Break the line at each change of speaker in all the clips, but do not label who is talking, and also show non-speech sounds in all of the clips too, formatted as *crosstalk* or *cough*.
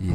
以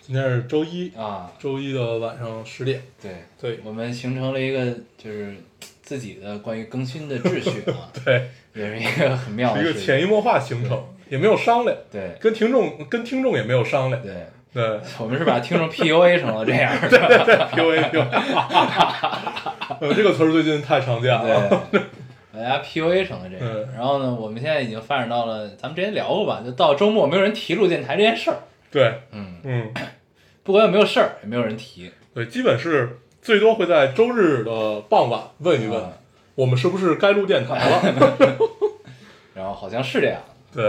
今天是周一，
啊，
周一的晚上十点。
对，
对，
我们形成了一个就是自己的关于更新的秩序啊
*laughs* 对，
也是一个很妙的
啊是一个
事情
潜移默化形成，也没有商量，
对
跟听众跟听众也没有商量。
对，
*laughs* 对
*laughs* 我们是把听众 PUA 成了这样的，
，PUA *laughs* PUA，呃，这个词儿最近太常见
啊
了。
对，把大家 PUA 成了这样。
嗯
然后呢，我们现在已经发展到了，咱们之前聊过吧，就到周末没有人提录电台这件事儿，
对，
嗯，
嗯，
不管有没有事儿，也没有人提，
对，基本是最多会在周日的傍晚问一问
啊，
我们是不是该录电台 *laughs* 了。
然后好像是这样，
对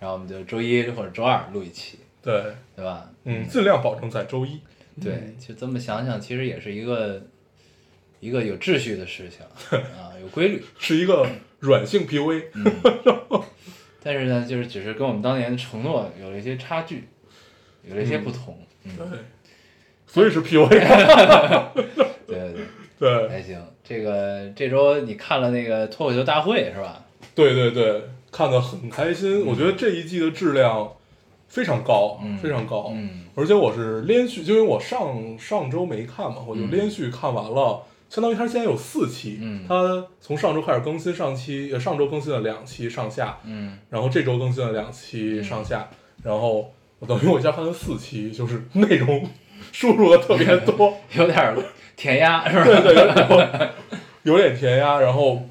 然后我们就周一或者周二录一期，
对，
对吧？
嗯，尽量保证在周一。
对，就这么想想，其实也是一个一个有秩序的事 *laughs* 情啊，有规律。
是一个软性 PUA，
但是呢，就是只是跟我们当年的承诺有了一些差距，有了一些不同。嗯，
对，所以是 PUA，
对对对，*laughs*
对，
还行。这个这周你看了那个脱口秀大会是吧？
对对对，看得很开心。我觉得这一季的质量非常高，
嗯
非常高。
嗯
而且我是连续，就因为我上上周没看嘛，我就
嗯
连续看完了，相当于它现在有四期，
嗯
它从上周开始更新上期，呃上周更新了两期上下，
嗯，
然后这周更新了两期上下，然后我等于我一下看了四期，就是内容 *laughs* 输入的特别
嗯
多，
有点儿填鸭是吧？
对对，然后有点甜呀，然后，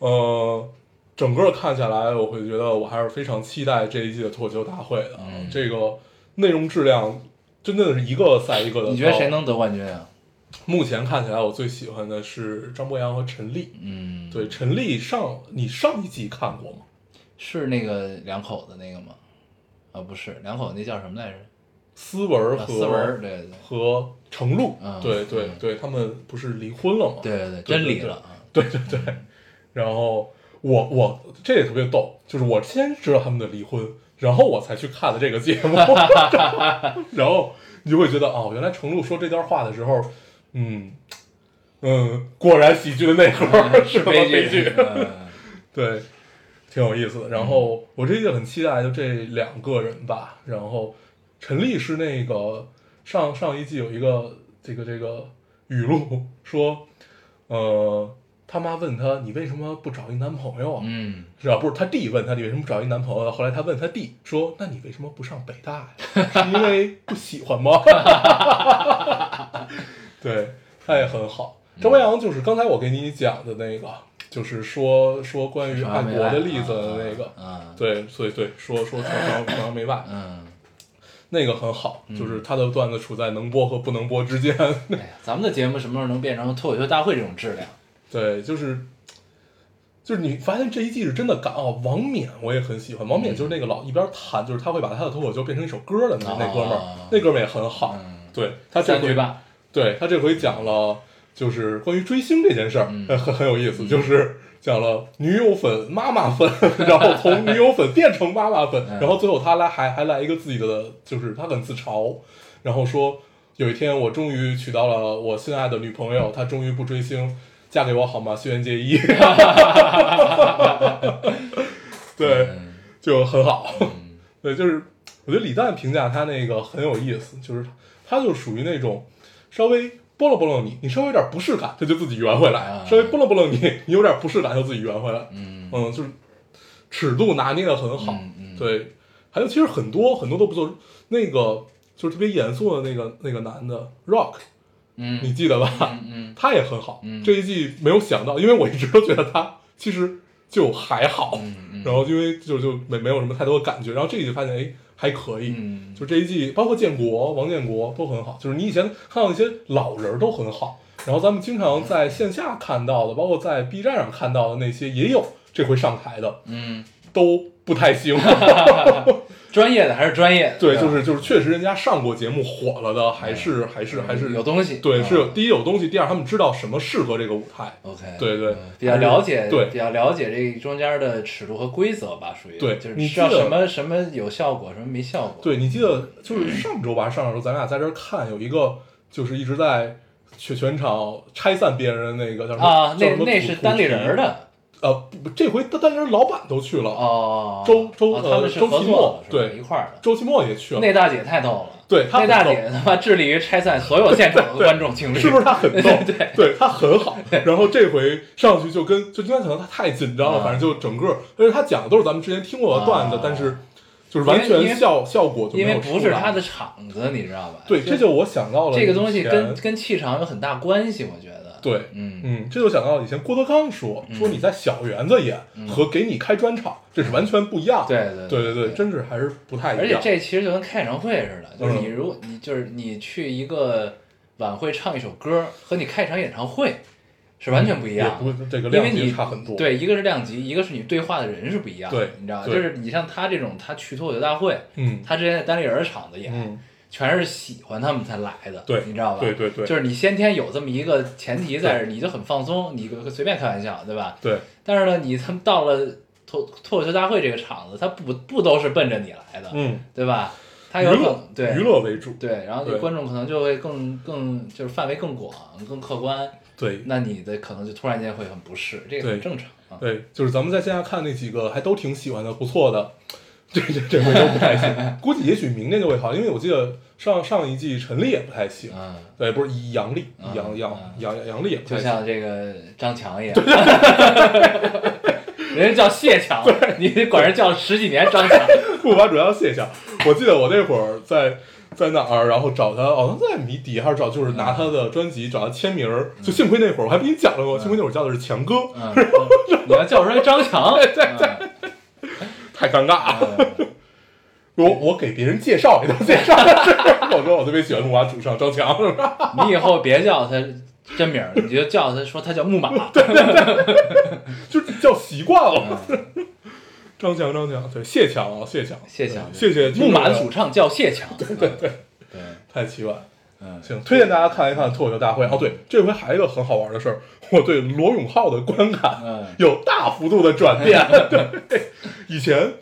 呃，整个看下来，我会觉得我还是非常期待这一季的脱口秀大会的啊。
嗯
这个内容质量真的是一个赛一个的。
你觉得谁？能得冠军啊？
目前看起来，我最喜欢的是张博洋和陈丽。
嗯，
对，，陈丽上你上一季看过吗？
是那个两口子那个吗？啊，不是，两口子那叫什么来着？
思文儿
啊
和
思文儿，对对对
和程璐
嗯，
对对
嗯
对，他们不是离婚了吗？
对对，真理
对
了啊。
对对对，然后我我这也特别逗，就是我先知道他们的离婚，然后我才去看的这个节目，然后你就会觉得哦，原来程璐说这段话的时候，嗯嗯，果然喜剧的内核
是
吧
悲
悲剧，
嗯
对，挺有意思的。然后我这一季很期待就这两个人吧，然后陈丽是那个上上一季有一个这个这个语录说，呃，他妈问他你为什么不找一男朋友啊？
*laughs* 嗯，
是吧？不是他弟问他你为什么不找一男朋友啊？后来他问他弟说，那你为什么不上北大呀？是因为不喜欢吗？对，他也很好。张博洋就是刚才我给你讲的那个，就是说说关于爱国的例子的那个，
啊，
对，所以对，说说崇洋崇洋媚外，
嗯，
那个很好，就是他的段子处在能播和不能播之间。
哎呀，咱们的节目什么时候能变成脱口秀大会这种质量？
对，就是就是你发现这一季是真的敢哦。王冕我也很喜欢，王冕就是那个
嗯
老一边弹，就是他会把他的脱口秀变成一首歌的那、那哥们
啊
儿，那哥们儿也很好。
嗯，
对他这
三
回
局，吧，
对他这回讲了就是关于追星这件事儿，
嗯
呃很很有意思，就是讲了女友粉、妈
*laughs*
妈粉，然后从女友粉变成妈妈粉，
嗯
然后最后他来还还来一个自己的，就是他很自嘲，然后说有一天我终于娶到了我心爱的女朋友，她终于不追星，嫁给我好吗？ *laughs* 轩辕结
*laughs*
衣，对，
嗯
就很好。
嗯
*laughs* 对，就是我觉得李诞评价他那个很有意思，就是他就属于那种稍微拨弄拨弄你，你稍微有点不适感，他就自己圆回来；
啊
稍微拨弄拨弄你，你有点不适感，他就自己圆回来。
嗯
嗯，就是尺度拿捏的很好。
嗯嗯
对，还有其实很多很多都不错，那个就是特别严肃的那个那个男的 Rock，
嗯
你记得吧？
嗯
*laughs* 他也很好。
嗯
这一季没有想到，因为我一直都觉得他其实就还好，
嗯
*laughs* 然后因为就就没没有什么太多的感觉，然后这一季发现哎还可以，
嗯，
就这一季包括建国、王建国都很好，就是你以前看到一些老人都很好，然后咱们经常在线下看到的，包括在 B 站上看到的那些也有这回上台的
嗯，
*laughs* 都不太行，
专业的还是专业的，
对，
吧
就是就是，确实人家上过节目火了的，还是还是还是
有东西，
对，
嗯
是有第一有东西，第二他们知道什么适合这个舞台，
OK，
对对
嗯比较了解，
对
比较了解这中间的尺度和规则吧，属于
对
就是
你
知道
记得
什么什么有效果，什么没效果，
对你记得就是
嗯
上周吧，上上周咱俩在这儿看有一个就是一直在全全场拆散别人的那个叫什么
啊，
叫什
那
么
那
土
是单立人儿，的
土呃，不这回单立人老板都去了，啊
哦，
周周
哦他
呃
们是
周
合
奇
作
墨
的，是吧
对
一块儿的，
周奇墨也去了，
那大姐太逗了，
对她
那大
很
姐他妈致力于拆散所有现场的
对
观众情侣，？
是不是他很逗
*laughs* 对
他很好。然后这回上去就跟就应该可能他太紧张了，
啊
反正就整个，而且他讲的都是咱们之前听过的段子，
啊
但是就是完
因为因为
全效效果就没
因为
有出来。
不是他的场子，你知道吧？
对，这就我想到了
这个东西跟
以前
跟气场有很大关系，我觉得，
对。
嗯，
嗯，这就想到以前郭德纲说说你在小园子演和给你开专场，这是完全不一样。
嗯对对
对对
对
对，真是还是不太一样。
而且这其实就跟开演唱会似的，就是你
嗯
如你就是你去一个晚会唱一首歌，和你开一场演唱会是完全不一
嗯也
样的。
不这个
因为
量级
你
差很多。
对，一个是量级，一个是你对话的人是不一样的，
对
你知道吗？就
对
是你像他这种，他去脱口秀大会，
嗯，
他之前在单立人场子演，
嗯
全是喜欢他们才来的，
对
你知道吧？
对对对
就是你先天有这么一个前提在这儿，你就很放松，你随便开玩笑，对吧？
对
但是呢，你他们到了脱脱口秀大会这个场子，他不不都是奔着你来的，
嗯，
对吧？他
娱
有可
乐
对
娱乐为主。
对，然后这
对
观众可能就会更更就是范围更广、更客观，
对，
那你的可能就突然间会很不适，这个很
对
正常啊。
对，就是咱们在线下看那几个还都挺喜欢的，不错的，这这这回都不
*laughs*
太行，估计也许明年就会好，因为我记得上上一季陈丽也不太行，
嗯，
对，不是以杨丽，
嗯
以杨杨
嗯
杨杨丽也不
就
*laughs* 太行，
像这个张强一样， *laughs* 人家叫谢强，你得管人叫十几年
*laughs*
张强，
不把主要卸下。我记得我那会儿在在哪儿，然后找他，哦，他在迷笛还是找，就是拿他的专辑找他签名儿，就幸亏那会儿我还跟你讲了过，幸亏那会儿叫的是强哥，
嗯，你要叫出来张强，嗯对对
太尴尬了。我我给别人介绍也都介绍了， *laughs* 我说我特别喜欢木马主唱张强，是吧？
你以后别叫他真名儿，你就叫他说他叫木马，
就是叫习惯了。
嗯
*laughs* 张强，张强，对，谢强啊，谢强，
谢强，
对谢谢
木马的
听众
主唱叫谢强，啊对对对对，
太奇怪。
嗯，
行，推荐大家看一看《脱口秀大会》。哦，对，这回还有一个很好玩的事儿， *laughs* 我对罗永浩的观
嗯
感有大幅度的转
*laughs*
变。对，以前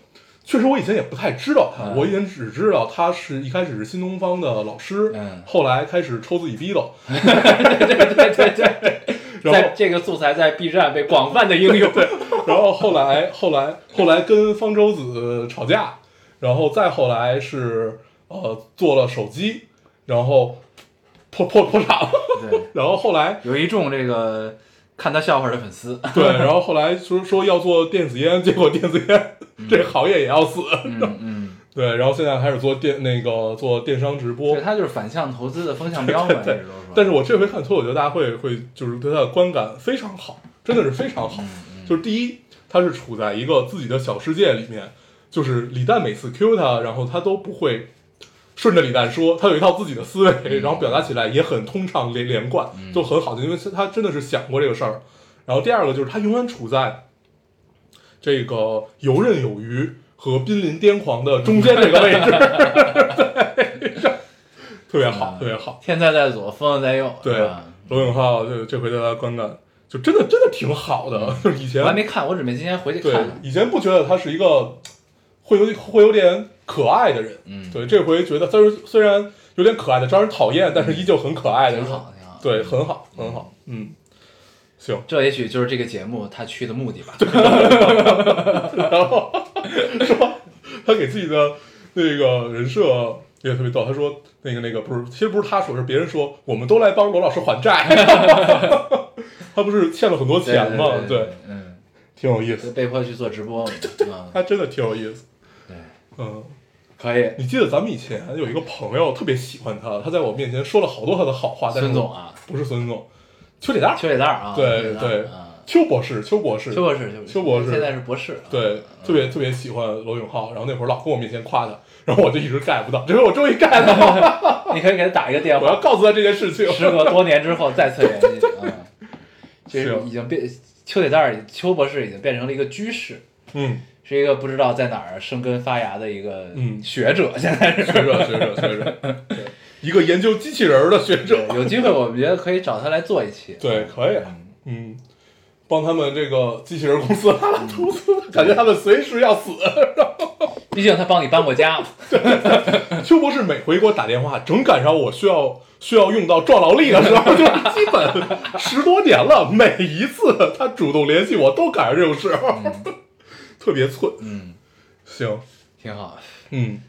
确实我以前也不太知道他，
嗯
我以前只知道他是一开始是新东方的老师，
嗯
后来开始抽自己逼斗，
对对对对对，
然后
在这个素材在 B 站被广泛的应用，对，
然后后来后来后来跟方舟子吵架，然后再后来是呃做了手机，然后破破破产了， *laughs* 然后后来
有一众这个看他笑话的粉丝，
对，然后后来说说要做电子烟，结果电子烟 *laughs* 这个行业也要死，
嗯嗯，
对，然后现在开始做电那个做电商直播
对，，他就是反向投资的风向标嘛，这
对
都是，
但是我这回看脱口秀大会会就是对他的观感非常好，真的是非常好，就是第一，他是处在一个自己的小世界里面，就是李诞每次 Q 他，然后他都不会顺着李诞说，他有一套自己的思维，然后表达起来也很通畅连连贯，就很好，因为他真的是想过这个事儿。然后第二个就是他永远处在这个游刃有余和濒临癫狂的中间这个位置，对 *laughs* 特别好，特别好。
天才在左，风在右，
对
是吧，
罗永浩这这回对他的观感就真的真的挺好的，就是以前
我还没看，我准备今天回去嗯
对
看看，
以前不觉得他是一个会有会有点可爱的人，
嗯
对，这回觉得虽然虽然有点可爱的招人讨厌，但是依旧很可爱的，
嗯挺好挺好
对，很好很好，嗯，行，
这也许就是这个节目他去的目的吧，
然后说他给自己的那个人设也特别逗，他说那个那个不是，其实不是他说，是别人说，我们都来帮罗老师还债， *laughs* 他不是欠了很多钱吗？
对对，嗯，
挺有意
就
思，
被迫去做直播嘛，嗯，
他真的挺有意思，
对，
嗯。
可以，
你记得咱们以前有一个朋友特别喜欢他，他在我面前说了好多他的好话。但是
孙总啊，
不是孙总，邱铁蛋儿，
邱铁蛋儿啊，
对
邱铁蛋儿
对
啊，，
邱博士，邱博士，
邱博士，
邱博士
现在是博士，，啊
对，特别特别喜欢罗永浩，然后那会儿老跟我面前夸他，然后我就一直 get 不到，这回我终于 get 到了，
你可以给他打一个电
我
话
要，告诉他这件事
*laughs*
情。
时隔多年之后再次联系，嗯，这
是啊
是已经变邱铁蛋儿，邱博士已经变成了一个居士，
嗯，
是一个不知道在哪儿生根发芽的一个
嗯
学者，现在是
学者学者学者，对，一个研究机器人儿的学者，
有机会，我们觉得可以找他来做一期。
对，可以啊，嗯，帮他们这个机器人公司拉拉投资，感觉他们随时要死。
毕竟他帮你搬过家，
邱博士每回给我打电话，整赶上我需要需要用到壮劳力的时
*laughs*
候，就是基本十多年了，每一次他主动联系我都赶上这种时候，特别寸。
嗯，
行，
挺好。
嗯，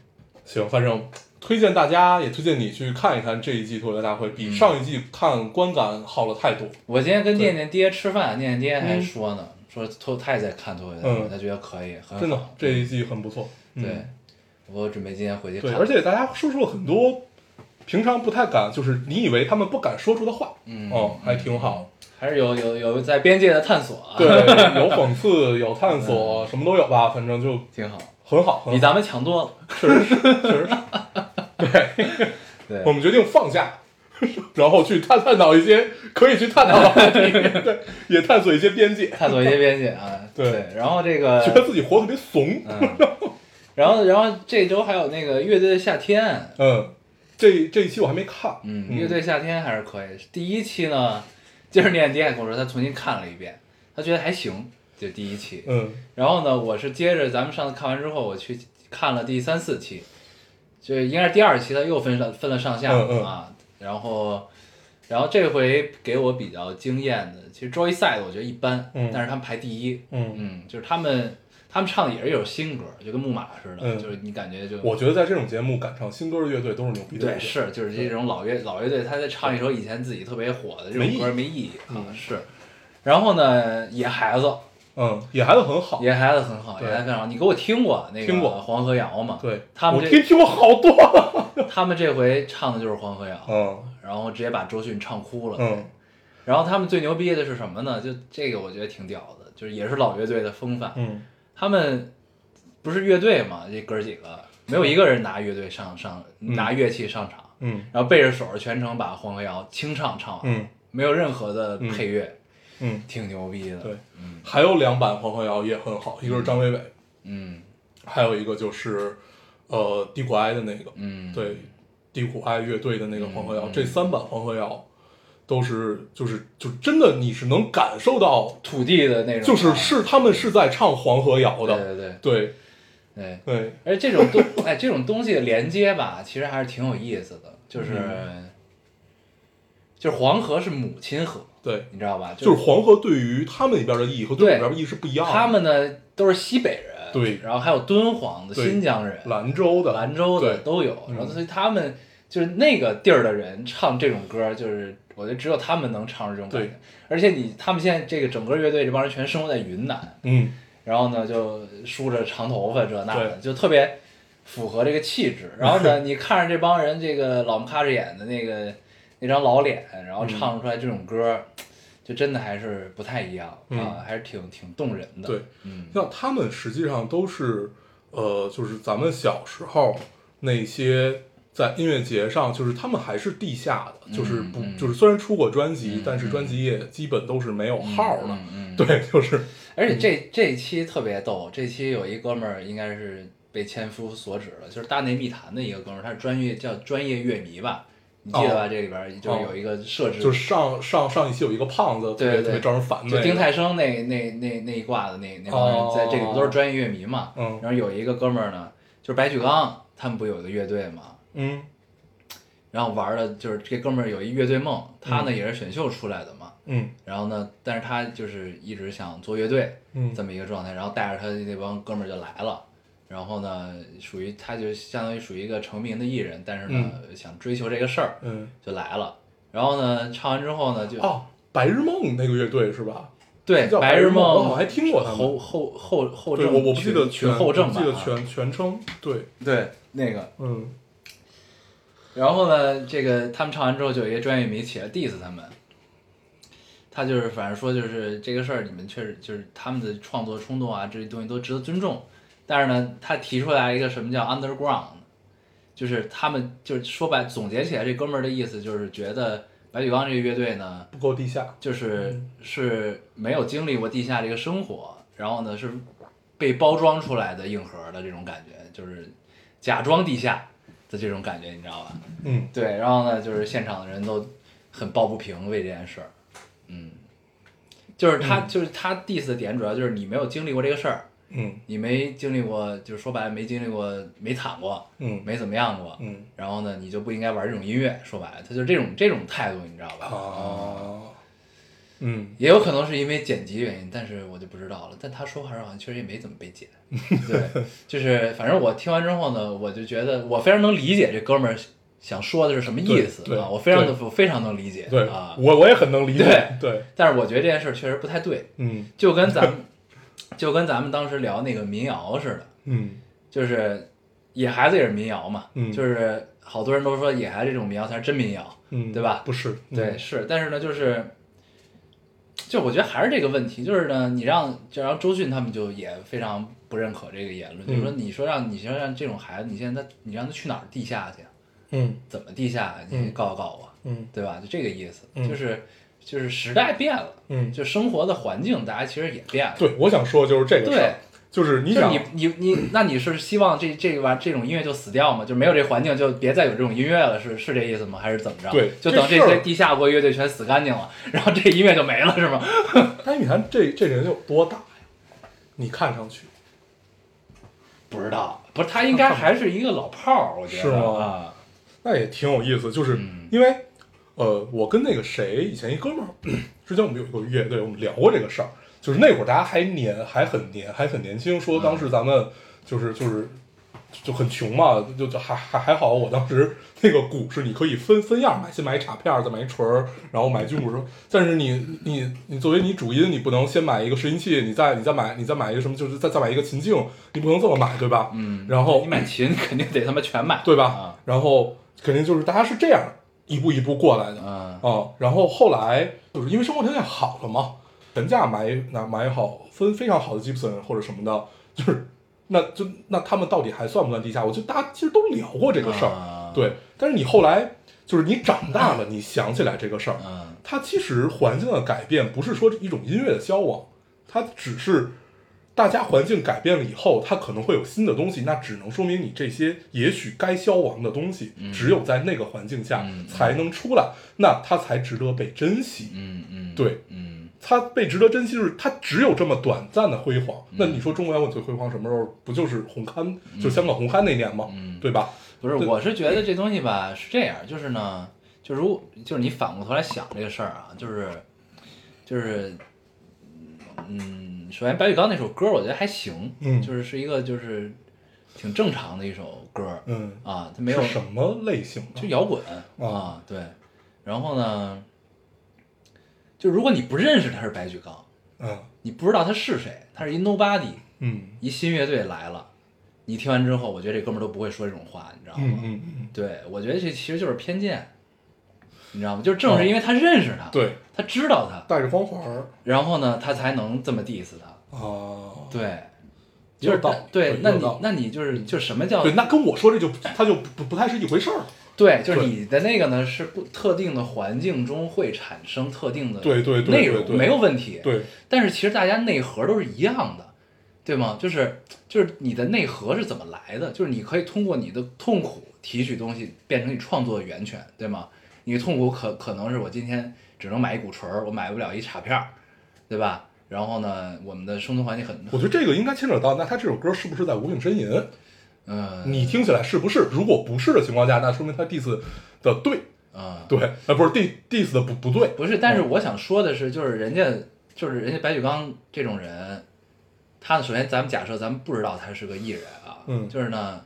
行，反正推荐大家，也推荐你去看一看这一季《脱口秀大会》，
嗯
比上一季看观感好了太多。
我今天跟念念爹吃饭，念念爹还说呢，说脱他也在看脱口秀大会，
嗯
他觉得可以，很
真的
啊好，
这一季很不错。嗯、
对。我准备今天回去
对，
看，
而且大家说出了很多平常不太敢，就是你以为他们不敢说出的话，
嗯
哦，还挺好。
还是有有有在边界的探索 *laughs* 啊，
对，，有讽刺，有探索，什么都有吧，反正就
挺好，
很好，很
比
好，
咱们强多了。
哦确实是，确实是。
对
*laughs* 我，们决定放下，然后去探探讨一些可以去探讨的话题，对，也探索一些边界，
探索一些边界啊，
*laughs* 对
对。然后这个
*laughs* 觉得自己活得特别怂。
嗯，然后然后这周还有那个乐队的夏天，
嗯，这这一期我还没看，
嗯，乐队夏天还是可以。第一期呢，就是念爹跟我说他重新看了一遍，他觉得还行，就第一期。
嗯
然后呢，我是接着咱们上次看完之后，我去看了第三四期，就应该是第二期，他又分了分了上下
嗯嗯
啊。然后，然后这回给我比较惊艳的，其实 Joyside 我觉得一般，
嗯
但是他们排第一，
嗯，
嗯，就是他们他们唱的也是有新歌，就跟木马似的，
嗯
就是你感觉就
我觉得在这种节目敢唱新歌的乐队都是牛逼的乐
对
队，
是就是这种老乐老乐队，他在唱一首以前自己特别火的这
没意
种
义
歌没意义啊、是。然后呢，野孩子，
嗯，也还是很好。
野孩子很好，
对
野孩子非常好。你给我听过那个
听过
黄河谣吗？
对，
他们
我
这
听听过好多了。
他们这回唱的就是黄河谣，
嗯
然后直接把周迅唱哭了。
嗯
然后他们最牛逼的是什么呢？就这个我觉得挺屌的，就是也是老乐队的风范。
嗯
他们不是乐队嘛，这哥几个没有一个人拿乐队上上拿乐器上场，
嗯
然后背着手全程把黄河谣清唱唱完，
嗯
没有任何的配乐，
嗯，
挺牛逼的。
对，还有两版黄河谣也很好，一个是张伟伟，
嗯
还有一个就是呃低谷哀的那个，
嗯，
对，低谷哀乐队的那个黄河谣，
嗯
这三版黄河谣都是就是就真的你是能感受到，
土地的那种，
就是是他们是在唱黄河谣
对
的，
对对
对
对。
对，
而且这种东哎，这种东西连接吧，其实还是挺有意思的，就是、
嗯
就是黄河是母亲河，
对，
你知道吧？
就是
是
黄河对于他们那边的意义和对我
对
们这边的意义是不一样的。
他们呢都是西北人，
对
然后还有敦煌的、
对
新疆人、
兰州的，
兰州的
对
都有，
嗯
然后所以他们就是那个地儿的人唱这种歌，就是我觉得只有他们能唱出这种感觉
对。
而且你他们现在这个整个乐队这帮人全生活在云南，
嗯，
然后呢就梳着长头发这那的，
对
就特别符合这个气质。然后
*laughs*
呢，你看着这帮人这个老木卡着眼的那个那张老脸，然后唱出来这种歌，就真的还是不太一样、啊
嗯，
还是挺挺动人的。
对，
嗯，
像他们实际上都是，呃，就是咱们小时候那些在音乐节上，就是他们还是地下的，就是不，
嗯
就是虽然出过专辑，
嗯
但是专辑也基本都是没有号的。
嗯嗯嗯
对，就是
而且这这一期特别逗，这期有一哥们儿应该是被千夫所指了，就是大内密谈的一个哥们儿，他是专业叫专业乐迷吧，你记得吧？
哦
这里边儿就是有一个设置，
就是上上上一期有一个胖子，
对对
特别特别招人烦那
就
个
丁太升那那那那一挂的那那帮人，
哦
在这里不都是专业乐迷嘛？
嗯
然后有一个哥们儿呢，就是白举纲他们不有一个乐队嘛，
嗯
然后玩的就是这哥们儿有一乐队梦，他呢也是选秀出来的嘛，
嗯
然后呢，但是他就是一直想做乐队，
嗯
这么一个状态，然后带着他那帮哥们儿就来了，然后呢，属于他就相当于属于一个成名的艺人，但是呢，想追求这个事儿
嗯，
就来了，然后呢，唱完之后呢，就、
哦，白日梦那个乐队是吧？
对
叫白
日
日梦我好
梦，
像还听过他们
后后后后
对，
正
我我不记得
群
全，
群后正
我
吧，啊
不记得全全称。对，
对那个，
嗯
然后呢，这个他们唱完之后，就有一个专业迷起来 diss 他们。他就是，反正说就是这个事儿，你们确实就是他们的创作冲动啊，这些东西都值得尊重。但是呢，他提出来一个什么叫 underground，就是他们就是说白总结起来，这哥们儿的意思就是觉得白举纲这个乐队呢，
不够地下。
就是是没有经历过地下这个生活，然后呢是被包装出来的硬核的这种感觉，就是假装地下的这种感觉，你知道吧？
嗯，
对，然后呢，就是现场的人都很抱不平为这件事儿，嗯，就是他、就是他 diss 的点主要就是你没有经历过这个事儿，
嗯
你没经历过，就是说白了没经历过，没惨过，
嗯
没怎么样过，
嗯
然后呢，你就不应该玩这种音乐。说白了，他就这种这种态度，你知道吧？哦
啊，嗯
也有可能是因为剪辑原因，但是我就不知道了。但他说话时候好像确实也没怎么被
*laughs*
剪，对，就是反正我听完之后呢，我就觉得我非常能理解这哥们儿想说的是什么意思
对对
啊，我非常
对
的我非常能理解，
对，
啊，
我我也很能理解，对，
但是我觉得这件事儿确实不太对，
嗯
就跟咱们就跟咱们当时聊那个民谣似的，
嗯
就是野孩子也是民谣嘛，
嗯
就是好多人都说野孩子这种民谣才是真民谣，
嗯，
对吧
不是，
对，是，但是呢，就是，就我觉得还是这个问题，就是呢，你让，就然后周迅他们就也非常不认可这个言论，就是说，
嗯
你说让你说让这种孩子，你现在他你让他去哪儿地下去啊？
嗯
怎么地下啊？你
嗯
告告我，
嗯
对吧？就这个意思，
嗯
就是就是时代变了，
嗯，
就生活的环境，大家其实也变了，
对，我想说就是这个事
对
儿，，就是你
就
想
你你你，那你是希望这这玩这种音乐就死掉吗？就没有这环境，就别再有这种音乐了，是是这意思吗？还是怎么着？
对
就等这
这事儿
些地下国乐队全死干净了，然后这音乐就没了，
*laughs*
是吗？
但是你看这这人有多大呀？你看上去
不知道，不是他应该还是一个老炮儿，我觉得
是吗
啊，
那也挺有意思，就是
嗯
因为呃，我跟那个谁以前一哥们儿，之前我们有一个乐队，我们聊过这个事儿，就是那会儿大家还年还很年还很年轻，说
嗯
当时咱们就是就是就很穷嘛，就就还还还好，我当时那个鼓是你可以分分样买，先买一镲片儿，再买一锤儿，然后买军鼓什么。但是你你你作为你主音，你不能先买一个拾音器，你再你再买你再买一个什么，就是再再买一个琴颈，你不能这么买，对吧？
嗯，
然后
你买琴肯定得他妈全买，
对吧？
啊
然后肯定就是大家是这样一步一步过来的啊、
嗯
然后后来就是因为生活条件好了嘛，全价买拿买好分非常好的吉普森或者什么的，就是那就那他们到底还算不算地下？我觉得大家其实都聊过这个事儿，
啊
对。但是你后来就是你长大了，你想起来这个事儿，
嗯
它其实环境的改变不是说一种音乐的消亡，它只是大家环境改变了以后，它可能会有新的东西，那只能说明你这些也许该消亡的东西，只有在那个环境下
嗯
才能出来，那它才值得被珍惜。
嗯嗯，
对，
嗯
它被值得珍惜，就是它只有这么短暂的辉煌。
嗯
那你说中国摇滚最辉煌什么时候？不就是红磡，就香港红磡那年吗？
嗯
对吧？
不是，
对
我是觉得这东西吧是这样，就是呢，就如就是你反过头来想这个事儿啊，就是就是嗯，首先白举纲那首歌我觉得还行，
嗯
就是是一个就是挺正常的一首歌，
嗯，
啊，它没有
是什么类型的？
就摇滚啊，对，然后呢，就如果你不认识他是白举纲，
嗯
你不知道他是谁，他是一 nobody，
嗯
一新乐队来了，你听完之后，我觉得这哥们儿都不会说这种话，你知道吗？
嗯嗯嗯，
对，我觉得这其实就是偏见，你知道吗？就是正是因为他认识他，
对，
他知道他，
带着光环儿
然后呢，他才能这么 diss 他。
啊。
对，
有
就是
道理
对
对，
那
有道
你
理
那你就是就什么叫
对，那跟我说这就它就不不太是一回事儿。
对，就是
对
你的那个呢是不特定的环境中会产生特定的
对对对
内
对对
容，没有问题。
对，
但是其实大家内核都是一样的，对吗？就是就是你的内核是怎么来的？就是你可以通过你的痛苦提取东西，变成你创作的源泉，对吗？你的痛苦可可能是我今天只能买一鼓槌儿，我买不了一卡片儿，对吧？然后呢，我们的生存环境很，
我觉得这个应该牵扯到，那他这首歌是不是在无病呻吟？
嗯，
你听起来是不是？如果不是的情况下，那说明他 diss 的对，
嗯，
对，呃，不是 diss diss 的不不对，
不是，但
嗯
是我想说的是，就是人家，就是人家白举纲这种人，他首先咱们假设咱们不知道他是个艺人啊，
嗯
就是呢，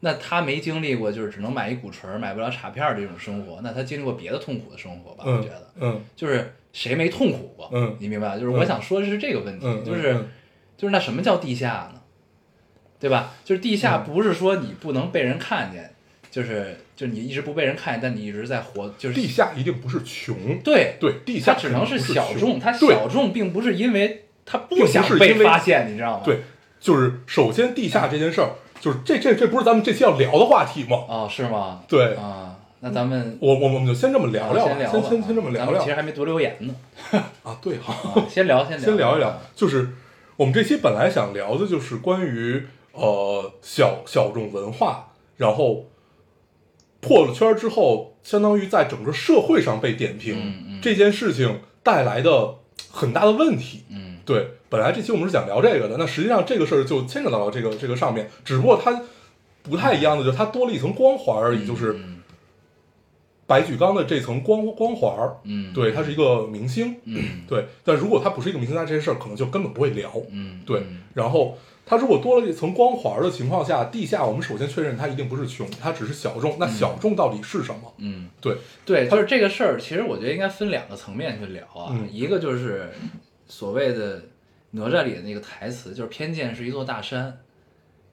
那他没经历过就是只能买一鼓槌儿买不了卡片儿这种生活，那他经历过别的痛苦的生活吧？我
嗯
觉得，
嗯
就是谁没痛苦过？
嗯
你明白吧？就是我想说的是这个问题，
嗯，
就是、
嗯
就是那什么叫地下呢？对吧？就是地
嗯
下不是说你不能被人看见，就是就是你一直不被人看见，但你一直在活，就是
地下一定不是穷，
对
对，地
它
下
只能
肯定
是
不是
小众，
穷
它
对
小众并不是因为它
并
不
不
想
是因
被
为
发现，你知道吗？
对，就是首先地下这件事儿，就是这这这不是咱们这期要聊的话题吗？
哦，是吗？
对
啊，那咱们啊
我我我们就先这么聊聊
先
吧，
聊
先
吧
先先这么
咱
聊
们其实
聊
还没读留言呢，
啊，对哈。
啊先聊先
先聊
聊
一聊，就是我们这期本来想聊的就是关于呃小小众文化，然后破了圈儿之后，相当于在整个社会上被点评、
嗯嗯
这件事情带来的很大的问题。
嗯，
对，本来这期我们是想聊这个的，那实际上这个事儿就牵扯到了这个这个上面，只不过它不太一样的就是它多了一层光环而已，就是
嗯
白举纲的这层光光环儿。
嗯，
对，他是一个明星，
嗯
对，但如果他不是一个明星，他这些事儿可能就根本不会聊。
嗯，
对
嗯，
然后他如果多了一层光环的情况下，地下我们首先确认他一定不是穷，他只是小众。那小众到底是什么？
嗯。
对，
对，就是这个事儿，其实我觉得应该分两个层面去聊啊。
嗯
一个就是所谓的哪吒里的那个台词，就是偏见是一座大山，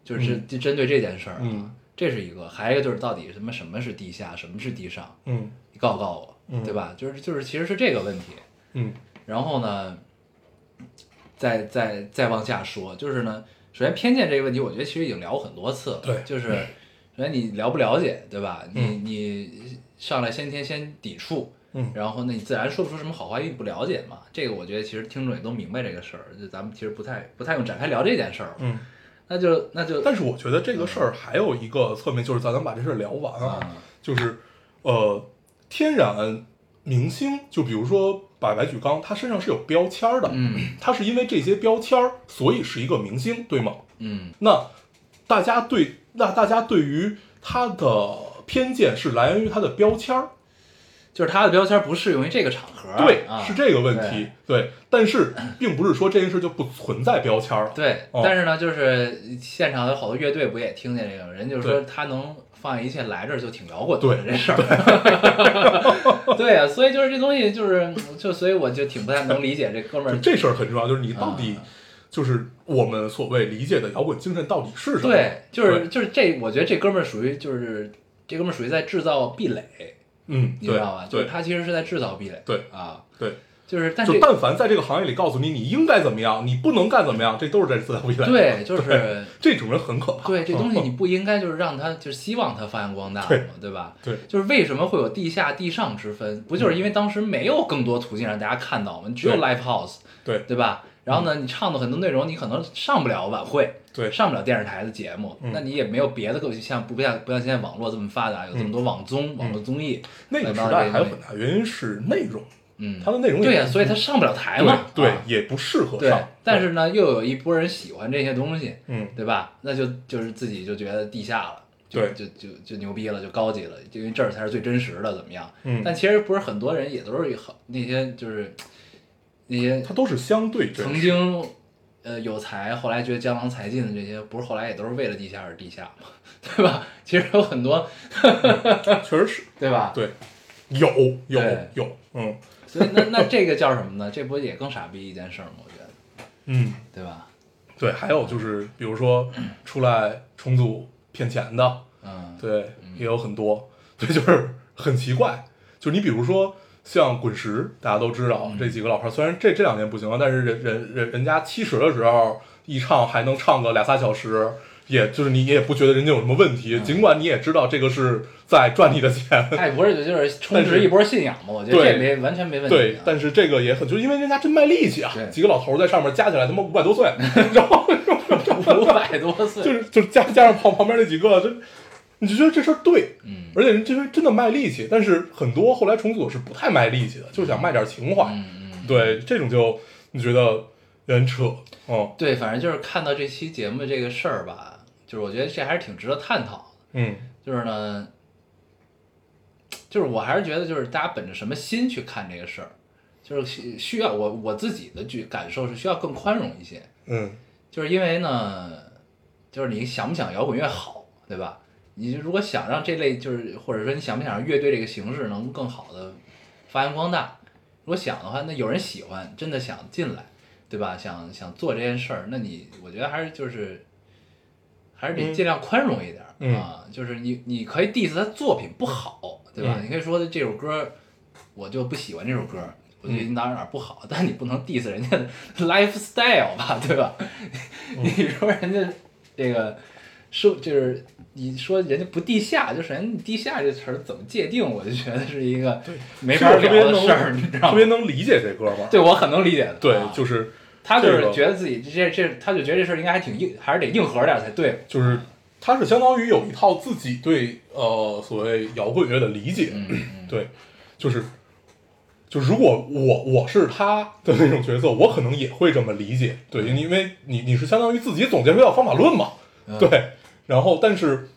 就是
嗯
针针对这件事儿、啊
嗯
这是一个。还有一个就是到底什么什么是地下，什么是地上，
嗯
你告告我，
嗯
对吧？就是就是其实是这个问题。
嗯
然后呢，再再再往下说，就是呢，首先偏见这个问题，我觉得其实已经聊过很多次了。
对
就是首先你了不了解，对吧？你、
嗯
你上来先天先抵触，
嗯
然后呢，你自然说不出什么好话，因为你不了解嘛。这个我觉得其实听众也都明白这个事儿，就咱们其实不太不太用展开聊这件事儿了。
嗯。
那就那就
但是我觉得这个事儿还有一个侧面，就是咱能把这事儿聊完
啊、
啊，就是呃，天然明星，就比如说把白举纲，他身上是有标签儿的，
嗯
他是因为这些标签儿，所以是一个明星，对吗？
嗯
那大家对那大家对于他的偏见是来源于他的标签儿，
就是他的标签不适用于这个场合，
对，
啊、
是这个问题，对。但是并不是说这件事就不存在标签儿啊，
对，
哦
但是呢，就是现场有好多乐队不也听见这个，人就说
对
他能放一切来这儿就挺摇滚的
对
这事儿。 *laughs* 对呀、所以就是这东西就是就所以我就挺不太能理解这哥们
就
儿。
这事儿很重要，就是你到底
啊
就是我们所谓理解的摇滚精神到底是什么？
对，就是
对
就是这，我觉得这哥们儿属于就是这哥们儿属于在制造壁垒，
嗯，
你知
对
道吧？就是
对
他其实是在制造壁垒。
对
啊，
对，
就是但
就
这
但凡在这个行业里告诉你你应该怎么样，你不能干怎么样，这都是在自导自演。
对就是。
这种人很可怕。
对这东西，你
嗯
不应该就是让它，就是希望它发扬光大嘛，
对
对吧？
对
就是为什么会有地下地上之分？不就是因为当时没有更多途径让大家看到吗？只有
嗯对
live house，
对嗯
对吧？然后呢，你唱的很多内容，你可能上不了晚会，
对
上不了电视台的节目，
嗯
那你也没有别的个像不像不像现在网络这么发达，有这
嗯
么多网综、网络综艺，
那个时
来到
代
这
还有
里
很大原因是内容，
嗯，
它的内容也
对呀、所以它上不了台嘛，
对对
啊
也不适合
对
上。，
但是呢，又有一波人喜欢这些东西，
嗯
对吧？那就就是自己就觉得地下了，就
对
就就就牛逼了，就高级了，因为这儿才是最真实的，怎么样？
嗯
但其实不是很多人也都是很那些就是那些
它都是相对真
曾
实，
经呃有才，后来觉得江郎才尽的这些，不是后来也都是为了地下而地下嘛， *laughs* 对吧？其实有很多，
确实是
对吧？
对，有有
对
有，嗯
所以那那这个叫什么呢？这不也更傻逼一件事儿吗？我觉得，
嗯，
对吧？
对，还有就是比如说出来重组骗钱的， *laughs*
嗯，
对，也有很多， *laughs* 对，就是很奇怪，就你比如说。像滚石，大家都知道这几个老牌儿，虽然这这两年不行了，但是人人人人家七十的时候一唱还能唱个俩仨小时，也就是你也不觉得人家有什么问题，尽管你也知道这个是在赚你的钱，
他也不是就就是充
但是
值一波信仰嘛，我觉得
对
这没完全没问题啊。
对，但是这个也很，就是因为人家真卖力气啊
对，
几个老头儿在上面加起来他妈五百多岁，然后
五百多 *laughs* 岁，
就是就是加加上旁旁边那几个，就你就觉得这事儿对，
嗯
而且人这事儿真的卖力气，但是很多后来重组是不太卖力气的，就是想卖点情怀，
嗯嗯，
对，这种就你觉得有点扯，嗯
对，反正就是看到这期节目这个事儿吧，就是我觉得这还是挺值得探讨的。
嗯
就是呢，就是我还是觉得就是大家本着什么心去看这个事儿，就是需需要我我自己的去感受是需要更宽容一些，
嗯
就是因为呢，就是你想不想摇滚乐好，对吧？你如果想让这类就是或者说你想不想让乐队这个形式能更好的发扬光大，如果想的话，那有人喜欢，真的想进来，对吧？想想做这件事儿，那你我觉得还是就是还是得
嗯
尽量宽容一点儿、
嗯
啊，就是你你可以 diss 他作品不好，对吧？
嗯
你可以说这首歌我就不喜欢这首歌。我觉
嗯
得哪儿哪儿不好，但你不能 diss 人家的 *laughs* lifestyle 吧，对吧？ *laughs*
嗯
你说人家这个说就是你说人家不地下，就首先你地下这词儿怎么界定，我就觉得是一个没法
是我特别
聊的
能
事儿，你知道
特
吗
别？能理解这哥们儿，
啊对我很能理解的啊，
对，就是
他就
这
是
个
觉得自己这这，他就觉得这事儿应该还挺硬，还是得硬核点儿才对。
就是他是相当于有一套自己对呃所谓摇滚乐的理
嗯
解，对，就是就如果我我是他的那种角色，我可能也会这么理解，对，
嗯
因为你你是相当于自己总结出一套方法论嘛，
嗯
*laughs* 对，然后但是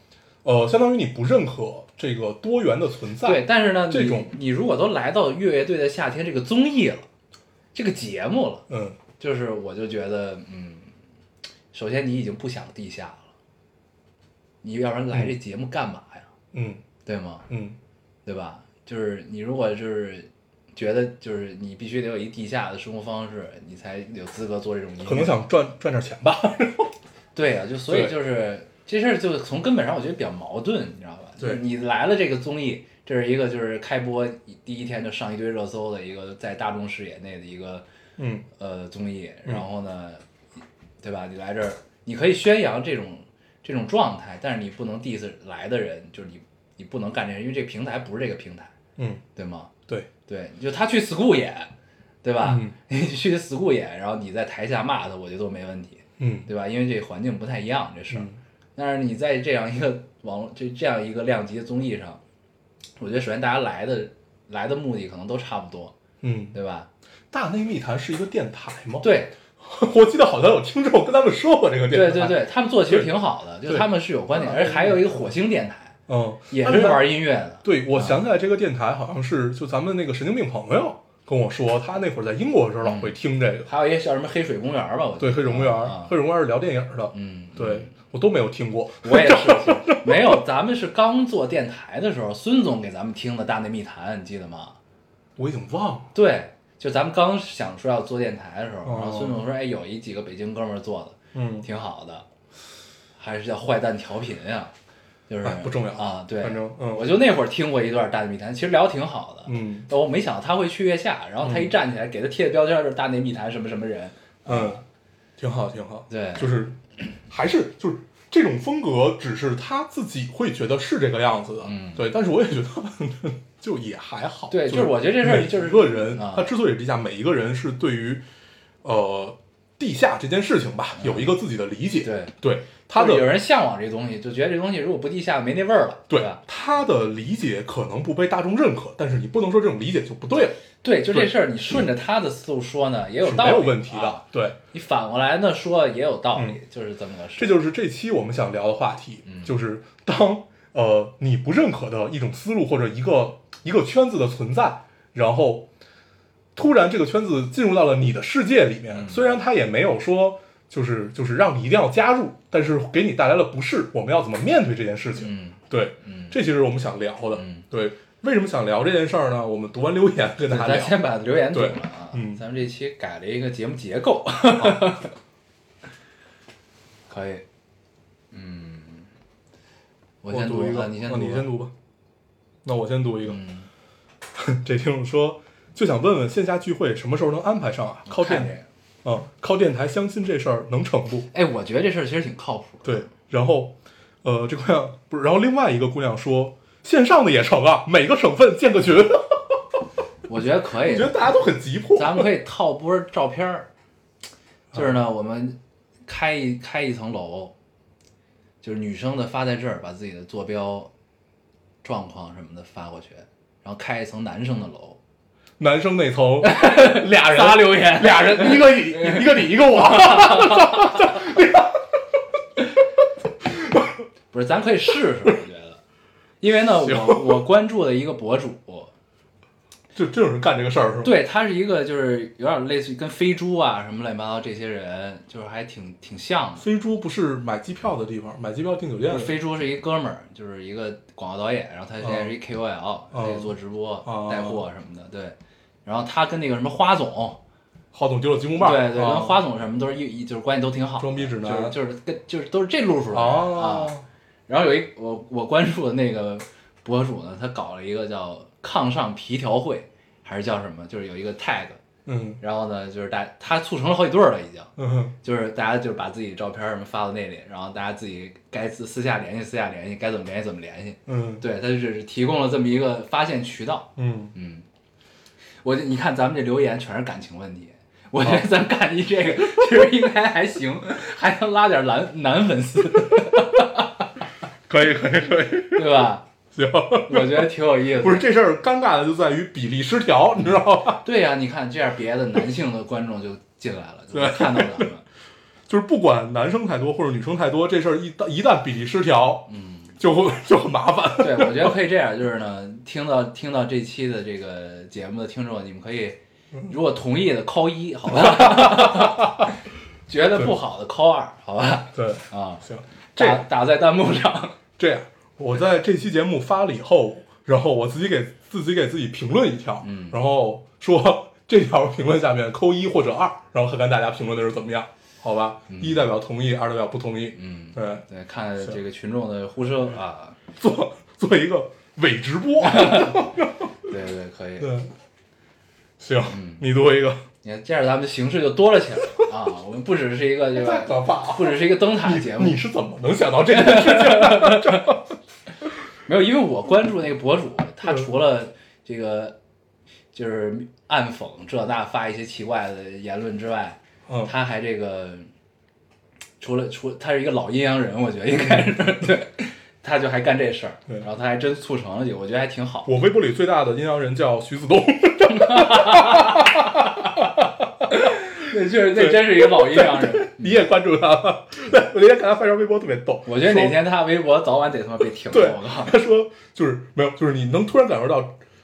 呃，相当于你不认可这个多元的存在，
对，但是呢，
嗯这种
你你如果都来到《越乐队的夏天》这个综艺了，这个节目了，
嗯，
就是我就觉得，嗯，首先你已经不想地下了，你要不然来这节目干嘛呀？
嗯
对吗？
嗯
对吧？就是你如果就是觉得就是你必须得有一地下的生活方式，你才有资格做这种音乐。
可能想赚赚点钱吧， *laughs*
对啊呀、就所以
对
就是这事儿，就从根本上我觉得比较矛盾，你知道吧？
对
就是你来了这个综艺，这是一个就是开播第一天就上一堆热搜的一个在大众视野内的一个
嗯
呃综艺，
嗯
然后呢，对吧？你来这儿，你可以宣扬这种这种状态，但是你不能 diss 来的人，就是你你不能干这事，因为这个平台不是这个平台，
嗯，
对吗？
对，
对，就他去 school 演，对吧？
嗯
*laughs* 你去 school 演，然后你在台下骂他，我觉得都没问题。
嗯
对吧？因为这环境不太一样，这事儿。
嗯
但是你在这样一个网络，这这样一个量级的综艺上，我觉得首先大家来的来的目的可能都差不多，
嗯，
对吧？
大内密谈是一个电台吗？， *laughs*
对
我记得好像有听众跟他们说过这个电
对对
台，
对，他们做其实
*laughs* 对
挺好的，就
对
他们是有观点，而且还有一个火星电台
嗯，
也
他
是
们
玩音乐的，
对，我想起来这个电台好像是就咱们那个神经病朋友跟我说，他那会儿在英国的时候老会听这个。
还有一个叫什么黑水公园吧，我觉得
对，黑水公园，
嗯啊
黑水公园是聊电影的。
嗯，
对我都没有听过。
我也是，是 *laughs* 没有，咱们是刚做电台的时候，孙总给咱们听的《大内密谈》，你记得吗？
我已经忘了。
对，就咱们刚想说要做电台的时候，
哦
然后孙总说：“哎，有一几个北京哥们儿做的，
嗯，
挺好的，还是叫坏蛋调频呀、就是、
哎不重要
啊。对，
反正嗯
我就那会儿听过一段《大内密谈》，其实聊得挺好的。
嗯
但我没想到他会去月下，然后他一站起来，给他贴的标签就是“大内密谈”什么什么人。
嗯，挺好挺好。
对
就是还是就是这种风格，只是他自己会觉得是这个样子的。
嗯
对，但是我也觉得 *laughs* 就也还好。
对
就
就是我觉得这事儿
每
就是
一个人
啊
他之所以地下，每一个人是对于呃地下这件事情吧，有一个自己的理解。
嗯对，
对他
就是有
的
人向往这东西，就觉得这东西如果不地下没那味儿了，对
对
吧？
他的理解可能不被大众认可，但是你不能说这种理解就不对了，
对，就这
对
事儿，你顺着他的思路说呢，也有
是
道
没
理，
有问题
啊
的。对，
你反过来呢说也有道理，就是嗯这么个事。
这就是这期我们想聊的话题，
嗯
就是当呃你不认可的一种思路或者一个一个圈子的存在，然后突然这个圈子进入到了你的世界里面，
嗯
虽然他也没有说就是就是让你一定要加入，但是给你带来了不适，我们要怎么面对这件事情？
嗯
对，
嗯，
这其实是我们想聊的。
嗯
对，为什么想聊这件事儿呢？我们读完留言跟大家
咱
聊。
先把留言读
对
了啊。
嗯
咱们这期改了一个节目结构，可以。嗯，我先
读一
吧，
个，
你先
啊
读，
你先。读吧。那我先读一个。
嗯，
*laughs* 这听众说，就想问问线下聚会什么时候能安排上啊？靠
看这
电，
个。
嗯，靠电台相亲这事儿能成不？
哎，我觉得这事儿其实挺靠谱的。
对，然后，呃，这姑娘不是，然后另外一个姑娘说，线上的也成啊，每个省份建个群， *laughs* 我
我觉得可以
觉。得大家都很急迫。
咱们可以套波照片儿，
啊
就是呢，我们开一开一层楼，就是女生的发在这儿，把自己的坐标、状况什么的发过去，然后开一层男生的楼，
男生那层 *laughs* 俩人，
仨留言，
俩人，一个
*laughs*
你，一个你，一个我。
不是，咱可以试试，我觉得，因为呢，
*laughs*
我我关注的一个博主，
就这种人干这个事儿是吧？
对他是一个就是有点类似于跟飞猪啊什么乱七八糟这些人，就是还挺挺像的。
飞猪不是买机票的地方，买机票订酒店
就
的
是飞猪是一哥们儿，就是一个广告导演，然后他现在是一 KOL，他也做直播、
哦
带货什么的，对。然后他跟那个什么花总，
郝总丢了积木
对
棒，
对，跟
啊
花总什么都是一一就是关系都挺好的，
装逼指
就是
南
就是跟就是都是这路数的人啊。
哦，
然后有一我我关注的那个博主呢，他搞了一个叫“抗上皮条会”还是叫什么，就是有一个 tag，
嗯
然后呢就是大他促成了好几对儿了已经，
嗯哼
就是大家就是把自己照片儿什么发到那里，然后大家自己该私私下联系私下联系，该怎么联系怎么联系。
嗯
对，它就是提供了这么一个发现渠道。
嗯，
嗯，我就你看咱们这留言全是感情问题，我
哦
觉得咱干一这个，其实应该还行，还能拉点男男粉丝，
可以可以可以，
对吧？
行。
我觉得挺有意思的。
不是这事儿尴尬的就在于比例失调，你知道吧？
对呀、你看这样别的男性的观众就进来了，就
对
看到咱们，
就是不管男生太多或者女生太多，这事儿一旦一旦比例失调，
嗯，
就会 *laughs* 就很麻烦。
*laughs* 对，我觉得可以这样，就是呢，听到听到这期的这个节目的听众，你们可以
嗯
如果同意的扣一，好吧？
*laughs*
觉得不好的扣二，好吧？
对，
啊，
行，这
打
样
打在弹幕
*laughs*
上，
这样，我在这期节目发了以后，然后我自己给自己给自己评论一条，
嗯
然后说这条评论下面扣一或者二，然后看看大家评论的是怎么样，好吧？一代表同意，二代表不同意，
嗯，
对，嗯
对，看这个群众的呼声啊，
做做一个伪直 *laughs* 播，
对对，可以。
对，行，你读一个，
你看这样咱们形式就多了起来了啊，我们不只是一个这
太
个，
可怕了。
不只是一个灯塔节目
你，是怎么能想到这件事情？ *laughs*
没有，因为我关注那个博主，
嗯
他除了这个就是暗讽这那发一些奇怪的言论之外，
嗯，
他还这个除了除他是一个老阴阳人，我觉得应该是 *laughs* 对，他就还干这事儿，
嗯对
然后他还真促成了这个，我觉得还挺好。
我微博里最大的阴阳人叫徐子东，
嗯
*laughs*
那就是那真是一个老阴阳人，
你也关注他了？对， *laughs* 我那天看他发一条微博特别逗，
我觉得哪天他微博早晚得他妈被停
说对
了，我告诉你，
他说就是没有，就是你能突然感受到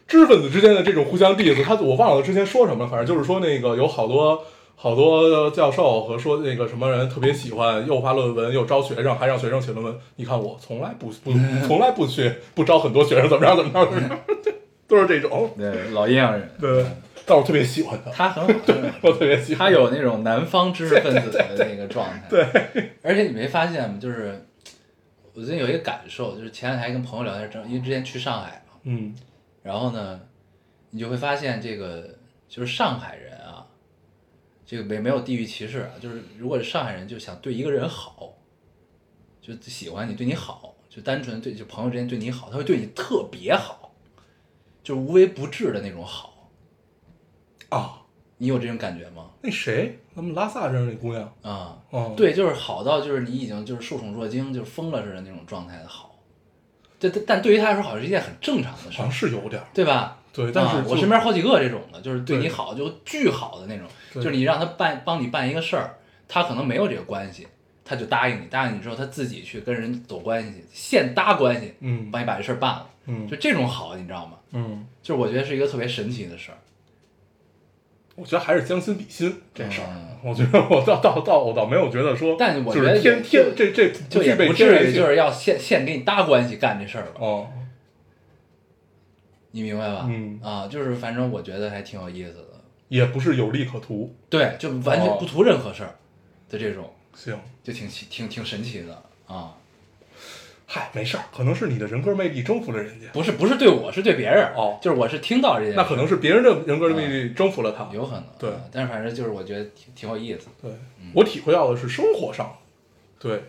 知识分子之间的这种互相 diss。他我忘了之前说什么了，反正就是说那个有好多好多教授和说那个什么人特别喜欢又发论文又招学生，还让学生写论文。你看我从来不
*laughs*
不从来不去不招很多学生，怎么着怎么着怎么着， *laughs* 都是这种。
对老阴阳人，
对，但我特别喜欢他，
他很好，真的
*laughs* 我特别喜欢
他有那种南方知识分子的那个状态。
对
*laughs* 而且你没发现吗？就是我最近有一个感受，就是前两天还跟朋友聊天，正因为之前去上海嘛，
嗯
然后呢，你就会发现这个就是上海人啊，这个没没有地域歧视啊，就是如果是上海人就想对一个人好，就喜欢你，对你好，就单纯对就朋友之间对你好，他会对你特别好，就是无微不至的那种好。
啊，
你有这种感觉吗？
那谁，咱们拉萨认识那姑娘，
啊、
哦，，
对，就是好到就是你已经就是受宠若惊，就是疯了似的那种状态的好。但但但对于他来说，好像是一件很正常的事
好
儿
像，是有点儿，
对吧？
对，但是
啊
就、
我身边好几个这种的，就是对
对
你好就巨好的那种，
对
就是你让他办帮你办一个事儿，他可能没有这个关系，他就答应你，答应你之后他自己去跟人走关系，现搭关系，
嗯
帮你把这事儿办了，
嗯
就这种好，你知道吗？
嗯，
就是我觉得是一个特别神奇的事儿，
我觉得还是将心比心这事儿。
嗯
我觉得我倒倒倒我倒没有觉得说，
但我
就
觉得
是天
也
天这这
就
具
也
备
不
天
至
然
于
性
就是要现现给你搭关系干这事儿吧。
哦，
你明白吧？
嗯
啊，就是反正我觉得还挺有意思的，
也不是有利可图。
对，就完全
哦
不图任何事儿的这种，
行，
就挺奇挺挺神奇的啊！
嗨，没事儿，可能是你的人格魅力征服了人家，
不是不是对我，是对别人
哦
就是我是听到这件事，
那可能是别人的人格魅
嗯
力征服了他。
有可能
对
啊但是反正就是我觉得挺挺有意思的，
对，我体会到的是生活上，对，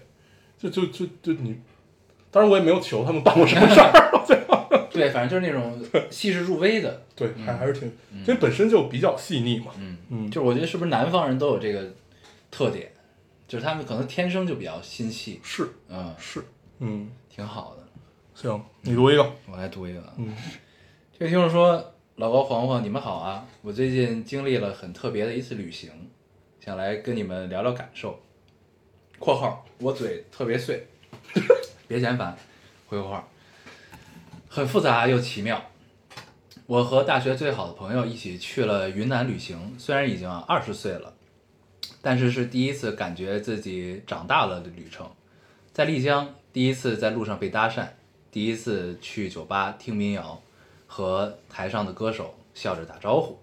就就就就你，当然我也没有求他们办过什么事 *laughs* 儿，我觉得
对，反正就是那
*laughs*
种细致入微的，
对，还还是挺，因为本身就比较细腻嘛。
嗯，
嗯，
就是我觉得是不是南方人都有这个特点，就是他们可能天生就比较心细，
是
嗯，
是，嗯，
挺好的。
行，你读一 *laughs* 个，
我来读一个，
嗯，
这个听众说：“老高、黄黄，你们好啊！我最近经历了很特别的一次旅行，想来跟你们聊聊感受。”（括号我嘴特别碎，别嫌烦。）回括号，很复杂又奇妙。我和大学最好的朋友一起去了云南旅行，虽然已经二十岁了，但是是第一次感觉自己长大了的旅程。在丽江，第一次在路上被搭讪，第一次去酒吧听民谣，和台上的歌手笑着打招呼。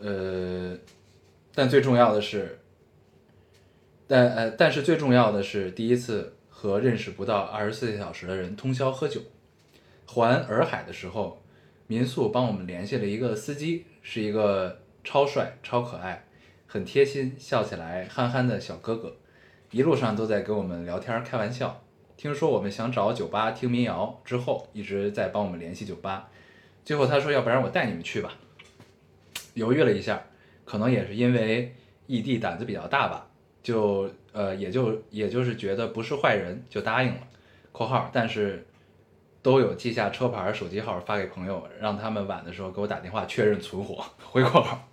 呃，但最重要的是，但呃，但是最重要的是，第一次和认识不到二十四小时的人通宵喝酒。环洱海的时候，民宿帮我们联系了一个司机，是一个超帅、超可爱、很贴心、笑起来憨憨的小哥哥。一路上都在跟我们聊天儿开玩笑。听说我们想找酒吧听民谣，之后一直在帮我们联系酒吧。最后他说：“要不然我带你们去吧。”犹豫了一下，可能也是因为 ED 胆子比较大吧，就呃也就也就是觉得不是坏人就答应了（括号），但是都有记下车牌、手机号发给朋友，让他们晚的时候给我打电话确认存货（ *laughs* 回括号）。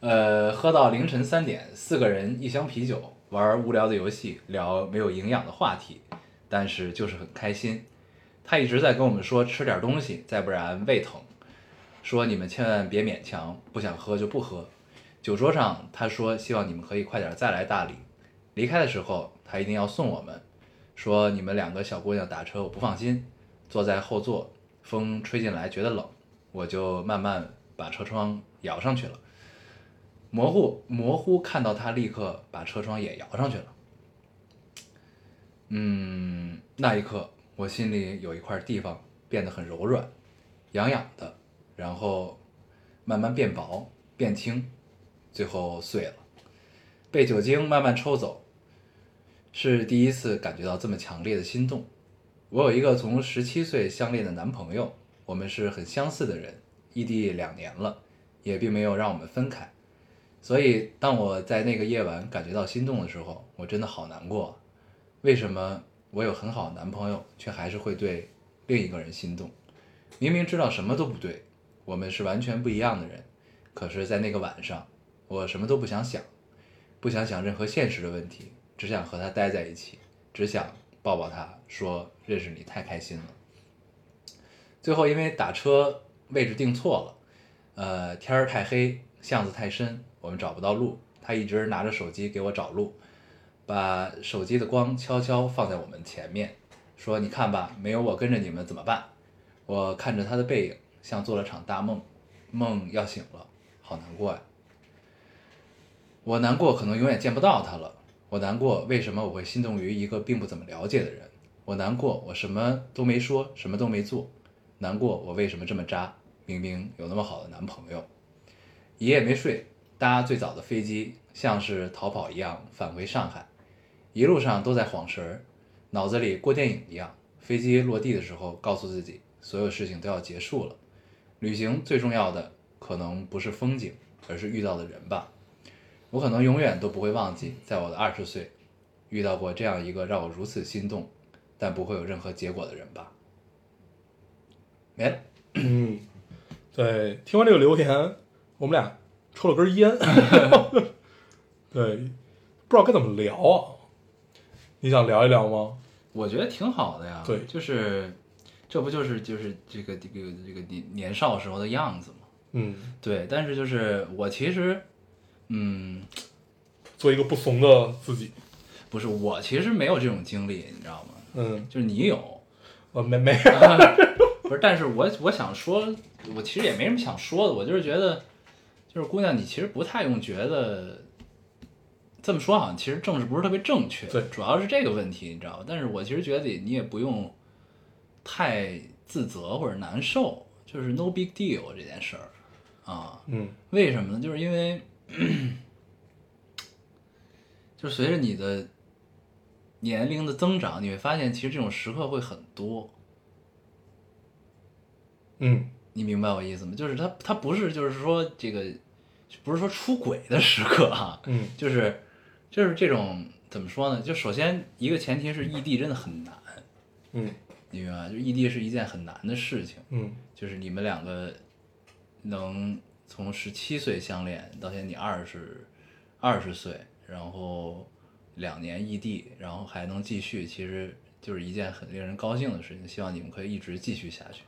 呃，喝到凌晨三点，四个人一箱啤酒，玩无聊的游戏，聊没有营养的话题，但是就是很开心。他一直在跟我们说吃点东西，再不然胃疼。说你们千万别勉强，不想喝就不喝。酒桌上，他说希望你们可以快点再来大理。离开的时候，他一定要送我们，说你们两个小姑娘打车我不放心。坐在后座，风吹进来觉得冷，我就慢慢把车窗摇上去了。模糊模糊看到他立刻把车窗也摇上去了。嗯，那一刻我心里有一块地方变得很柔软，痒痒的，然后慢慢变薄、变轻，最后碎了，被酒精慢慢抽走。是第一次感觉到这么强烈的心动。我有一个从十七岁相恋的男朋友，我们是很相似的人，异地两年了，也并没有让我们分开。所以，当我在那个夜晚感觉到心动的时候，我真的好难过啊。为什么我有很好的男朋友，却还是会对另一个人心动？明明知道什么都不对，我们是完全不一样的人，可是，在那个晚上，我什么都不想想，不想想任何现实的问题，只想和他待在一起，只想抱抱他，说认识你太开心了。最后，因为打车位置定错了，呃，天儿太黑，巷子太深，我们找不到路。他一直拿着手机给我找路，把手机的光悄悄放在我们前面，说：“你看吧，没有我跟着你们怎么办？”我看着他的背影，像做了场大梦，梦要醒了，好难过呀、我难过，可能永远见不到他了。我难过，为什么我会心动于一个并不怎么了解的人？我难过，我什么都没说，什么都没做。难过，我为什么这么渣？明明有那么好的男朋友。一夜没睡，搭最早的飞机，像是逃跑一样返回上海。一路上都在晃神儿，脑子里过电影一样。飞机落地的时候，告诉自己所有事情都要结束了。旅行最重要的可能不是风景，而是遇到的人吧。我可能永远都不会忘记，在我的二十岁，遇到过这样一个让我如此心动，但不会有任何结果的人吧。哎没了，
嗯，对，听完这个留言，我们俩抽了根 *laughs* 烟，对，不知道该怎么聊啊。你想聊一聊吗？
我觉得挺好的呀。
对
就是这不就是就是这个这个这个年年少时候的样子嘛。
嗯，
对，但是就是我其实，嗯，
做一个不怂的自己。
不是我其实没有这种经历，你知道吗？
嗯，
就是你有，
我呃没没
不是，但是我我想说，我其实也没什么想说的，我就是觉得，就是姑娘，你其实不太用觉得，这么说好像其实政治不是特别正确，
对
主要是这个问题，你知道吧？但是我其实觉得你也不用太自责或者难受，就是 no big deal 这件事儿啊，
嗯
为什么呢？就是因为， *coughs* 就是随着你的年龄的增长，你会发现其实这种时刻会很多，
嗯
你明白我意思吗？就是他他不是就是说这个，不是说出轨的时刻啊，
嗯
就是就是这种怎么说呢？就首先一个前提是异地真的很难，
嗯
你明白吗？就异地是一件很难的事情，
嗯
就是你们两个能从十七岁相恋到现在你二十二十岁，然后两年异地，然后还能继续，其实就是一件很令人高兴的事情。希望你们可以一直继续下去。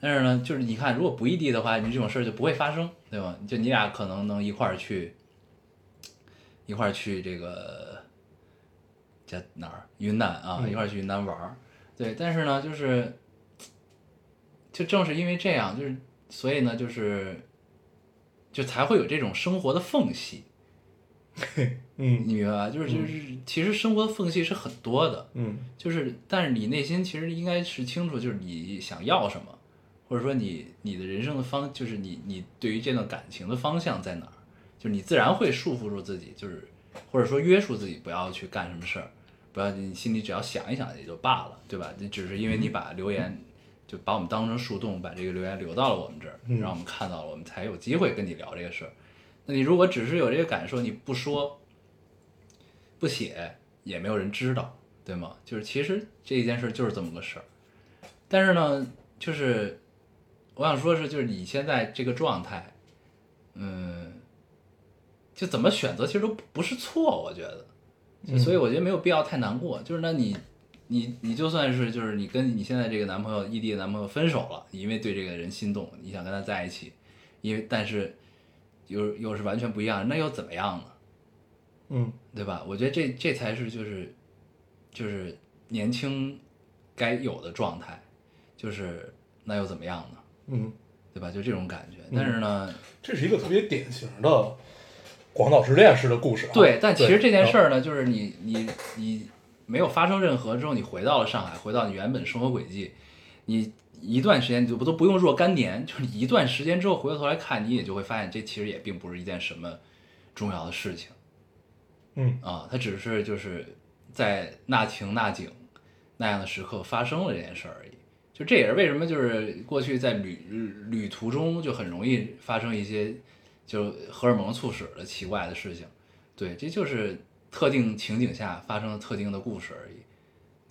但是呢，就是你看，如果不异地的话，你这种事儿就不会发生，对吧？就你俩可能能一块儿去，一块儿去这个叫哪儿云南啊，
嗯
一块儿去云南玩儿。对，但是呢，就是就正是因为这样，就是所以呢，就是就才会有这种生活的缝隙，
嗯
你明白吧？就是就是，其实生活的缝隙是很多的，
嗯
就是但是你内心其实应该是清楚，就是你想要什么，或者说你你的人生的方，就是你你对于这段感情的方向在哪儿，就是你自然会束缚住自己，就是或者说约束自己不要去干什么事儿，不要你心里只要想一想也就罢了，对吧？这只是因为你把留言就把我们当成树洞，把这个留言留到了我们这儿，
嗯
让我们看到了，我们才有机会跟你聊这个事儿。那你如果只是有这个感受，你不说，不写，也没有人知道，对吗？就是其实这一件事就是这么个事儿。但是呢，就是我想说是，就是你现在这个状态，嗯，就怎么选择其实都不是错，我觉得。
嗯
所以我觉得没有必要太难过。就是那你，你你就算是就是你跟你现在这个男朋友异地的男朋友分手了，你因为对这个人心动，你想跟他在一起，因为但是又又是完全不一样，那又怎么样呢？
嗯
对吧？我觉得这这才是就是就是年轻该有的状态，就是那又怎么样呢？
嗯，
对吧？就这种感觉。但是呢，
这是一个特别典型的广岛之恋式的故事、啊。
对，但其实这件事
儿，
儿呢，就是你你你没有发生任何之后，你回到了上海，回到你原本生活轨迹，你一段时间你就不都不用若干年，就是你一段时间之后回过头来看，你也就会发现这其实也并不是一件什么重要的事情
嗯
啊，它只是就是在那情那景那样的时刻发生了这件事儿而已。就这也是为什么就是过去在旅旅旅途中就很容易发生一些就荷尔蒙促使的奇怪的事情。对，这就是特定情景下发生的特定的故事而已。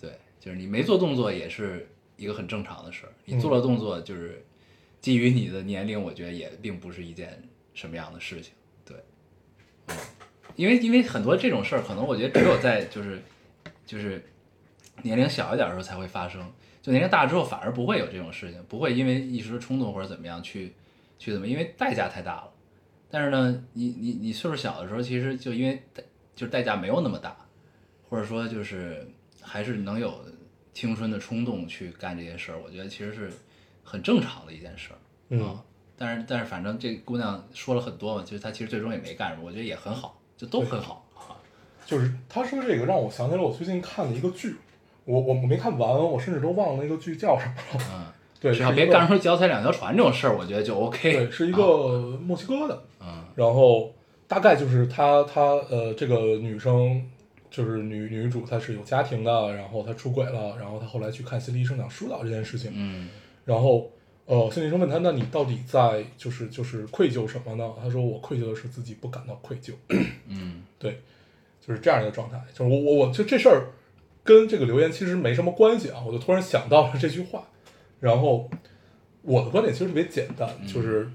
对，就是你没做动作也是一个很正常的事儿，你做了动作就是基于你的年龄，我觉得也并不是一件什么样的事情。对，嗯，因为因为很多这种事儿，可能我觉得只有在就是就是年龄小一点的时候才会发生，就年龄大之后反而不会有这种事情，不会因为一时的冲动或者怎么样去去怎么，因为代价太大了。但是呢，你你你岁数小的时候，其实就因为代就是代价没有那么大，或者说就是还是能有青春的冲动去干这些事儿，我觉得其实是很正常的一件事儿。
嗯
但是但是反正这姑娘说了很多嘛，就是她其实最终也没干什么，我觉得也很好，就都很好。啊
就是他说这个让我想起了我最近看的一个剧，我我我没看完，我甚至都忘了那个剧叫什么了。
嗯，
对，
只要
是
别
一个
干出脚踩两条船这种事儿，我觉得就 OK。啊
对，是一个墨西哥的，
嗯
然后大概就是她她呃，这个女生就是女女主，她是有家庭的，然后她出轨了，然后她后来去看心理医生想疏导这件事情，
嗯
然后呃，心理医生问她，那你到底在就是就是愧疚什么呢？她说我愧疚的是自己不感到愧疚，
嗯
对，就是这样一个状态，就是我我我就这事儿跟这个留言其实没什么关系啊，我就突然想到了这句话，然后我的观点其实特别简单，就是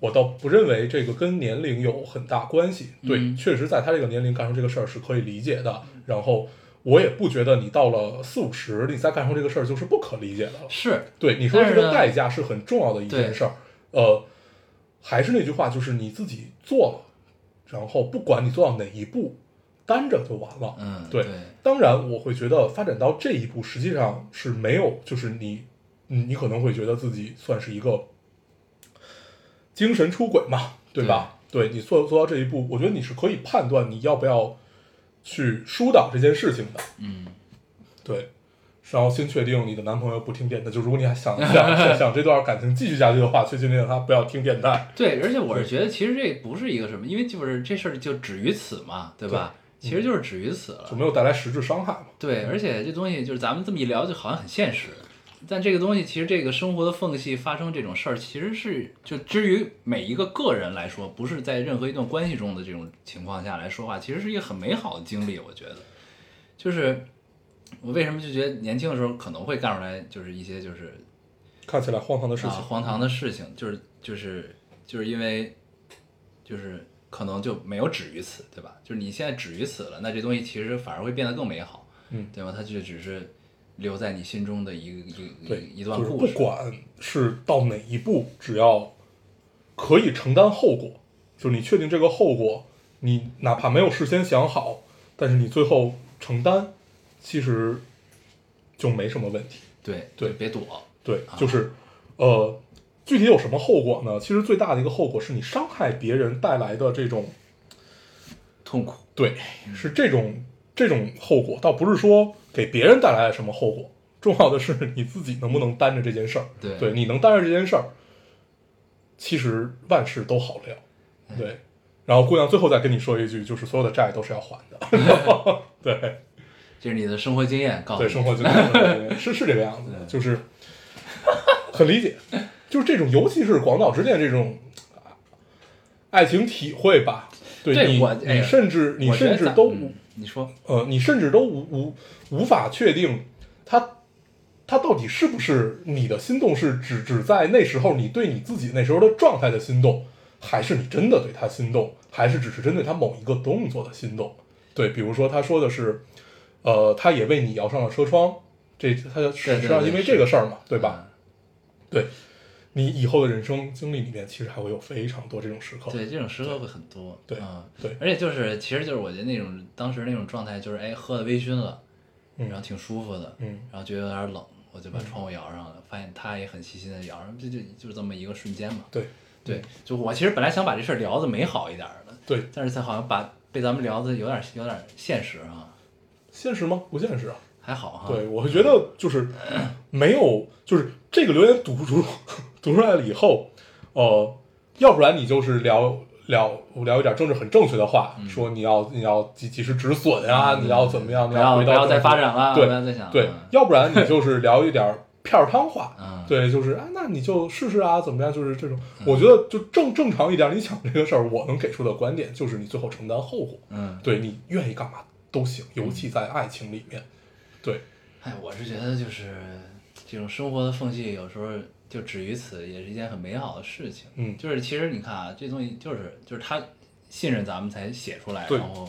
我倒不认为这个跟年龄有很大关系，对，
嗯
确实在他这个年龄干出这个事儿是可以理解的，然后我也不觉得你到了四五十你再干出这个事儿就是不可理解的了，
是
对，你说的这
但
个
是呢
代价是很重要的一件事儿。呃，还是那句话，就是你自己做了，然后不管你做到哪一步，担着就完了。
嗯
对。
对
当然，我会觉得发展到这一步，实际上是没有，就是你，你你可能会觉得自己算是一个精神出轨嘛，对吧？对你做做到这一步，我觉得你是可以判断你要不要去疏导这件事情的。
嗯
对，然后先确定你的男朋友不听电台。就如果你还想想想想这段感情继续下去的话，先确定他不要听电台。
对，而且我是觉得其实这不是一个什么，因为就是这事儿就止于此嘛，对吧？其实就是止于此了，
就没有带来实质伤害嘛？
对，而且这东西就是咱们这么一聊，就好像很现实。但这个东西其实这个生活的缝隙发生这种事儿，其实是就至于每一个个人来说，不是在任何一段关系中的这种情况下来说话，其实是一个很美好的经历。我觉得，就是我为什么就觉得年轻的时候可能会干出来就是一些就是
看起来荒唐的事情，
啊、荒唐的事情，就是就是就是因为就是可能就没有止于此，对吧？就是你现在止于此了，那这东西其实反而会变得更美好，
嗯
对吧？它就只是留在你心中的一个一个
对，
一一段
就是
故
不
事，
管是到哪一步，只要可以承担后果，就是你确定这个后果，你哪怕没有事先想好，但是你最后承担，其实就没什么问题。
对
对
就别躲，
对，
啊
就是，呃，具体有什么后果呢？其实最大的一个后果是你伤害别人带来的这种，
痛苦，
对，
嗯
是这种这种后果，倒不是说给别人带来了什么后果，重要的是你自己能不能担着这件事儿。
对
对，你能担着这件事儿，其实万事都好料。
嗯
对，然后姑娘最后再跟你说一句，就是所有的债都是要还
*laughs* 哦
的。对。
这是你的生活经验告诉
对，
你，
生活经历是是这个样子的，就是，很理解，就是这种，尤其是广岛之恋这种啊爱情体会吧。对
对
你
我，哎
你甚至你
我觉得
甚至
咱
都
嗯你说
呃，你甚至都无无无法确定他他到底是不是你的心动是只只在那时候你对你自己那时候的状态的心动，还是你真的对他心动，还是只是针对他某一个动作的心动？对，比如说他说的是，呃，他也为你摇上了车窗，这他
对
实际上
对嗯
因为这个事儿嘛，对
对
吧？？对。你以后的人生经历里面，其实还会有非常多这种时刻。
对，这种时刻会很多。
对
嗯，
对
而且就是，其实就是我觉得那种当时那种状态，就是哎，喝的微醺了，
嗯
然后挺舒服的，
嗯
然后觉得有点冷，我就把窗户摇上了，发现他也很细心的摇上，这就就是这么一个瞬间嘛。
对
对，就我其实本来想把这事儿聊的美好一点儿的，
对，
但是他好像把被咱们聊的有点有点现实啊，
现实吗？不现实啊。
还好哈。
对，我会觉得就是没有，就是这个留言读读读出来了以后，呃，要不然你就是聊聊聊一点政治很正确的话，
嗯
说你要你要及及时止损啊，你要怎么样，你
不要
回
不
到
要再
正
发
途
展了，
对
不要再想了。啊
对，要不然你就是聊一点片儿汤话，
嗯，
对，就是啊，那你就试试啊，怎么样？就是这种，我觉得就正正常一点。你想这个事儿，我能给出的观点就是你最后承担后果，
嗯，
对你愿意干嘛都行，尤其在爱情里面，对。
哎，我是觉得就是这种生活的缝隙，有时候就止于此，也是一件很美好的事情。
嗯
就是其实你看啊，这东西就是就是他信任咱们才写出来，
对
然后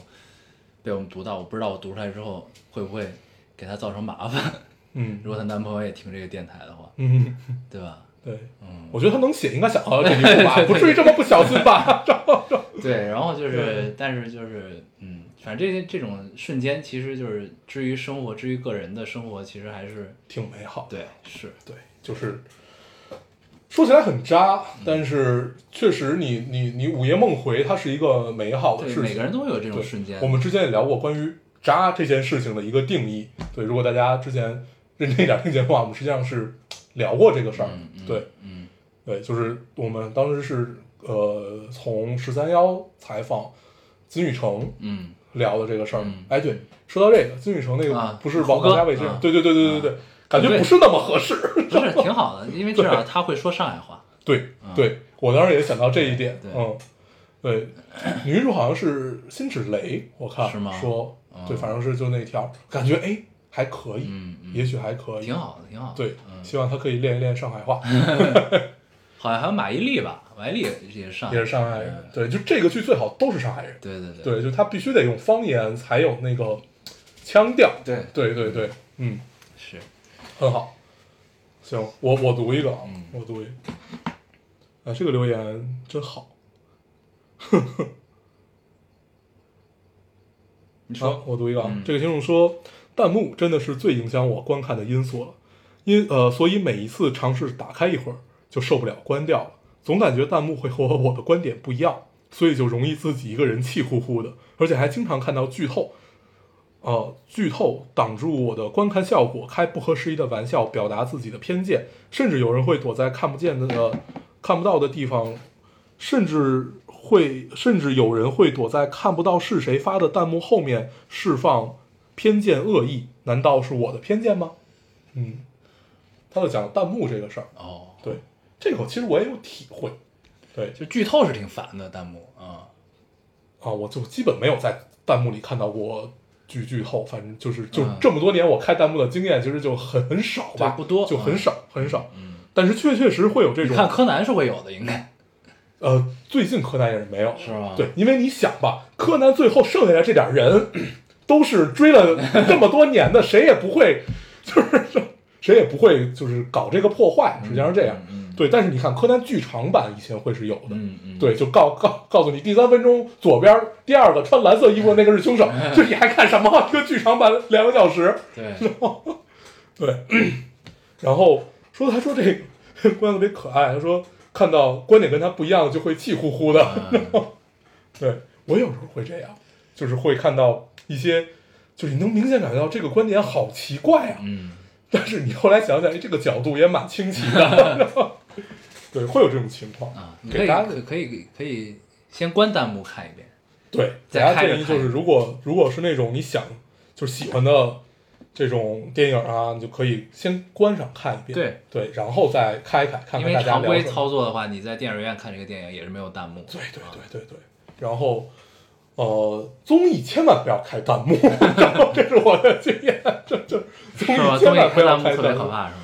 被我们读到。我不知道我读出来之后会不会给他造成麻烦。 *laughs*
嗯
如果她男朋友也听这个电台的话，
嗯，
对吧？
*laughs* 对，
嗯，
我觉得他能写，应该想到这一
*laughs*
步吧，不至于这么不小心吧？
对。然后就是，但是就是，嗯，反正这些这种瞬间，其实就是至于生活，至于个人的生活，其实还是
挺美好的，
对，是
对，就是说起来很渣，但是确实你你你午夜梦回，它是一个美好的
对，
事
每个
情。
人都会有这种
对
瞬间。
我们之前也聊过关于渣这件事情的一个定义。对，如果大家之前认真一点听节目的话，我们实际上是聊过这个事儿
嗯。嗯
对
嗯。
对，就是我们当时是呃从十三幺采访金宇成，
嗯
聊的这个事儿
嗯。
哎，对，说到这个，金宇成那个
啊
不是
胡
王
歌
王家卫这
啊，
对对对对对对，感觉
对
不是那么合
*laughs*
适。
不是挺好的，因为至少他会说上海话。
对
啊
对，我当时也想到这一点，
对
嗯，
*laughs*
对，女主好像是辛芷蕾，我看
是吗
说
啊
对，反正是就那条，感觉哎还可以，
嗯嗯，
也许还可以，
挺。好的，挺好的。
对，
嗯，
希望她可以练一练上海话，
好像还有马伊琍吧，马伊琍也是上海，
也是上海人
嗯。
对，就这个剧最好都是上海人，
对对对
对，就他必须得用方言才有那个腔调。
对
对对对，嗯。
是，
很好。行，我我读一个啊，
嗯
我读一个。啊，这个留言真好。
*laughs* 你
啊，
说
我读一个啊，
嗯
这个听众说，弹幕真的是最影响我观看的因素了，因呃，所以每一次尝试打开一会儿就受不了关掉了，总感觉弹幕会和我的观点不一样，所以就容易自己一个人气呼呼的，而且还经常看到剧透。呃，剧透挡住我的观看效果，开不合时宜的玩笑，表达自己的偏见，甚至有人会躲在看不见的、呃、看不到的地方甚至会，甚至有人会躲在看不到是谁发的弹幕后面释放偏见恶意，难道是我的偏见吗？嗯，他就讲弹幕这个事儿，
哦，
对，这个其实我也有体会，对
就剧透是挺烦的弹幕啊，
啊，我就基本没有在弹幕里看到过剧剧透，反正就是就
嗯
这么多年我开弹幕的经验，其实就很很少吧，
对不多
就很
嗯
少很少，
嗯，
但是确确实会有这
你
种
看柯南是会有的，应该
呃，最近柯南也是没有，
是吗
对，因为你想吧，柯南最后剩下来这点人，都是追了这么多年的，谁也不会，就是谁也不会就是搞这个破坏，实际上是这样。
嗯嗯
对，但是你看柯南剧场版以前会是有的，
嗯嗯，
对，就告告告诉你，第三分钟左边第二个穿蓝色衣服的那个是凶手，
哎
就你还看什么？这个剧场版两个小时，
对，
对，然后说他说这个观众特别可爱，他说看到观点跟他不一样就会气呼呼的， *laughs*
嗯
对我有时候会这样，就是会看到一些，就是你能明显感觉到这个观点好奇怪啊，
嗯，
*laughs* 但是你后来想想，哎，这个角度也蛮清奇
*laughs*
的， *laughs* 对，会有这种情况
啊，你可
给
以
大家
可可以可以先关弹幕看一遍，
对，给
再
大家
开着
建议就
看
是，如果如果是那种你想就是喜欢的这种电影啊，你就可以先观赏看一遍，
对
对，然后再开开看
因
看
为
大家
常
聊
规
什么。
操作的话，你在电影院看这个电影也是没有弹幕。啊
对对对对对，然后呃，综艺千万不要开弹幕， *laughs* 然后这是我的经验， *laughs* 这这综
是吧？
艺
综
千
艺
万不
开
要
弹幕
开
特别
弹
可
幕，
怕，是吗？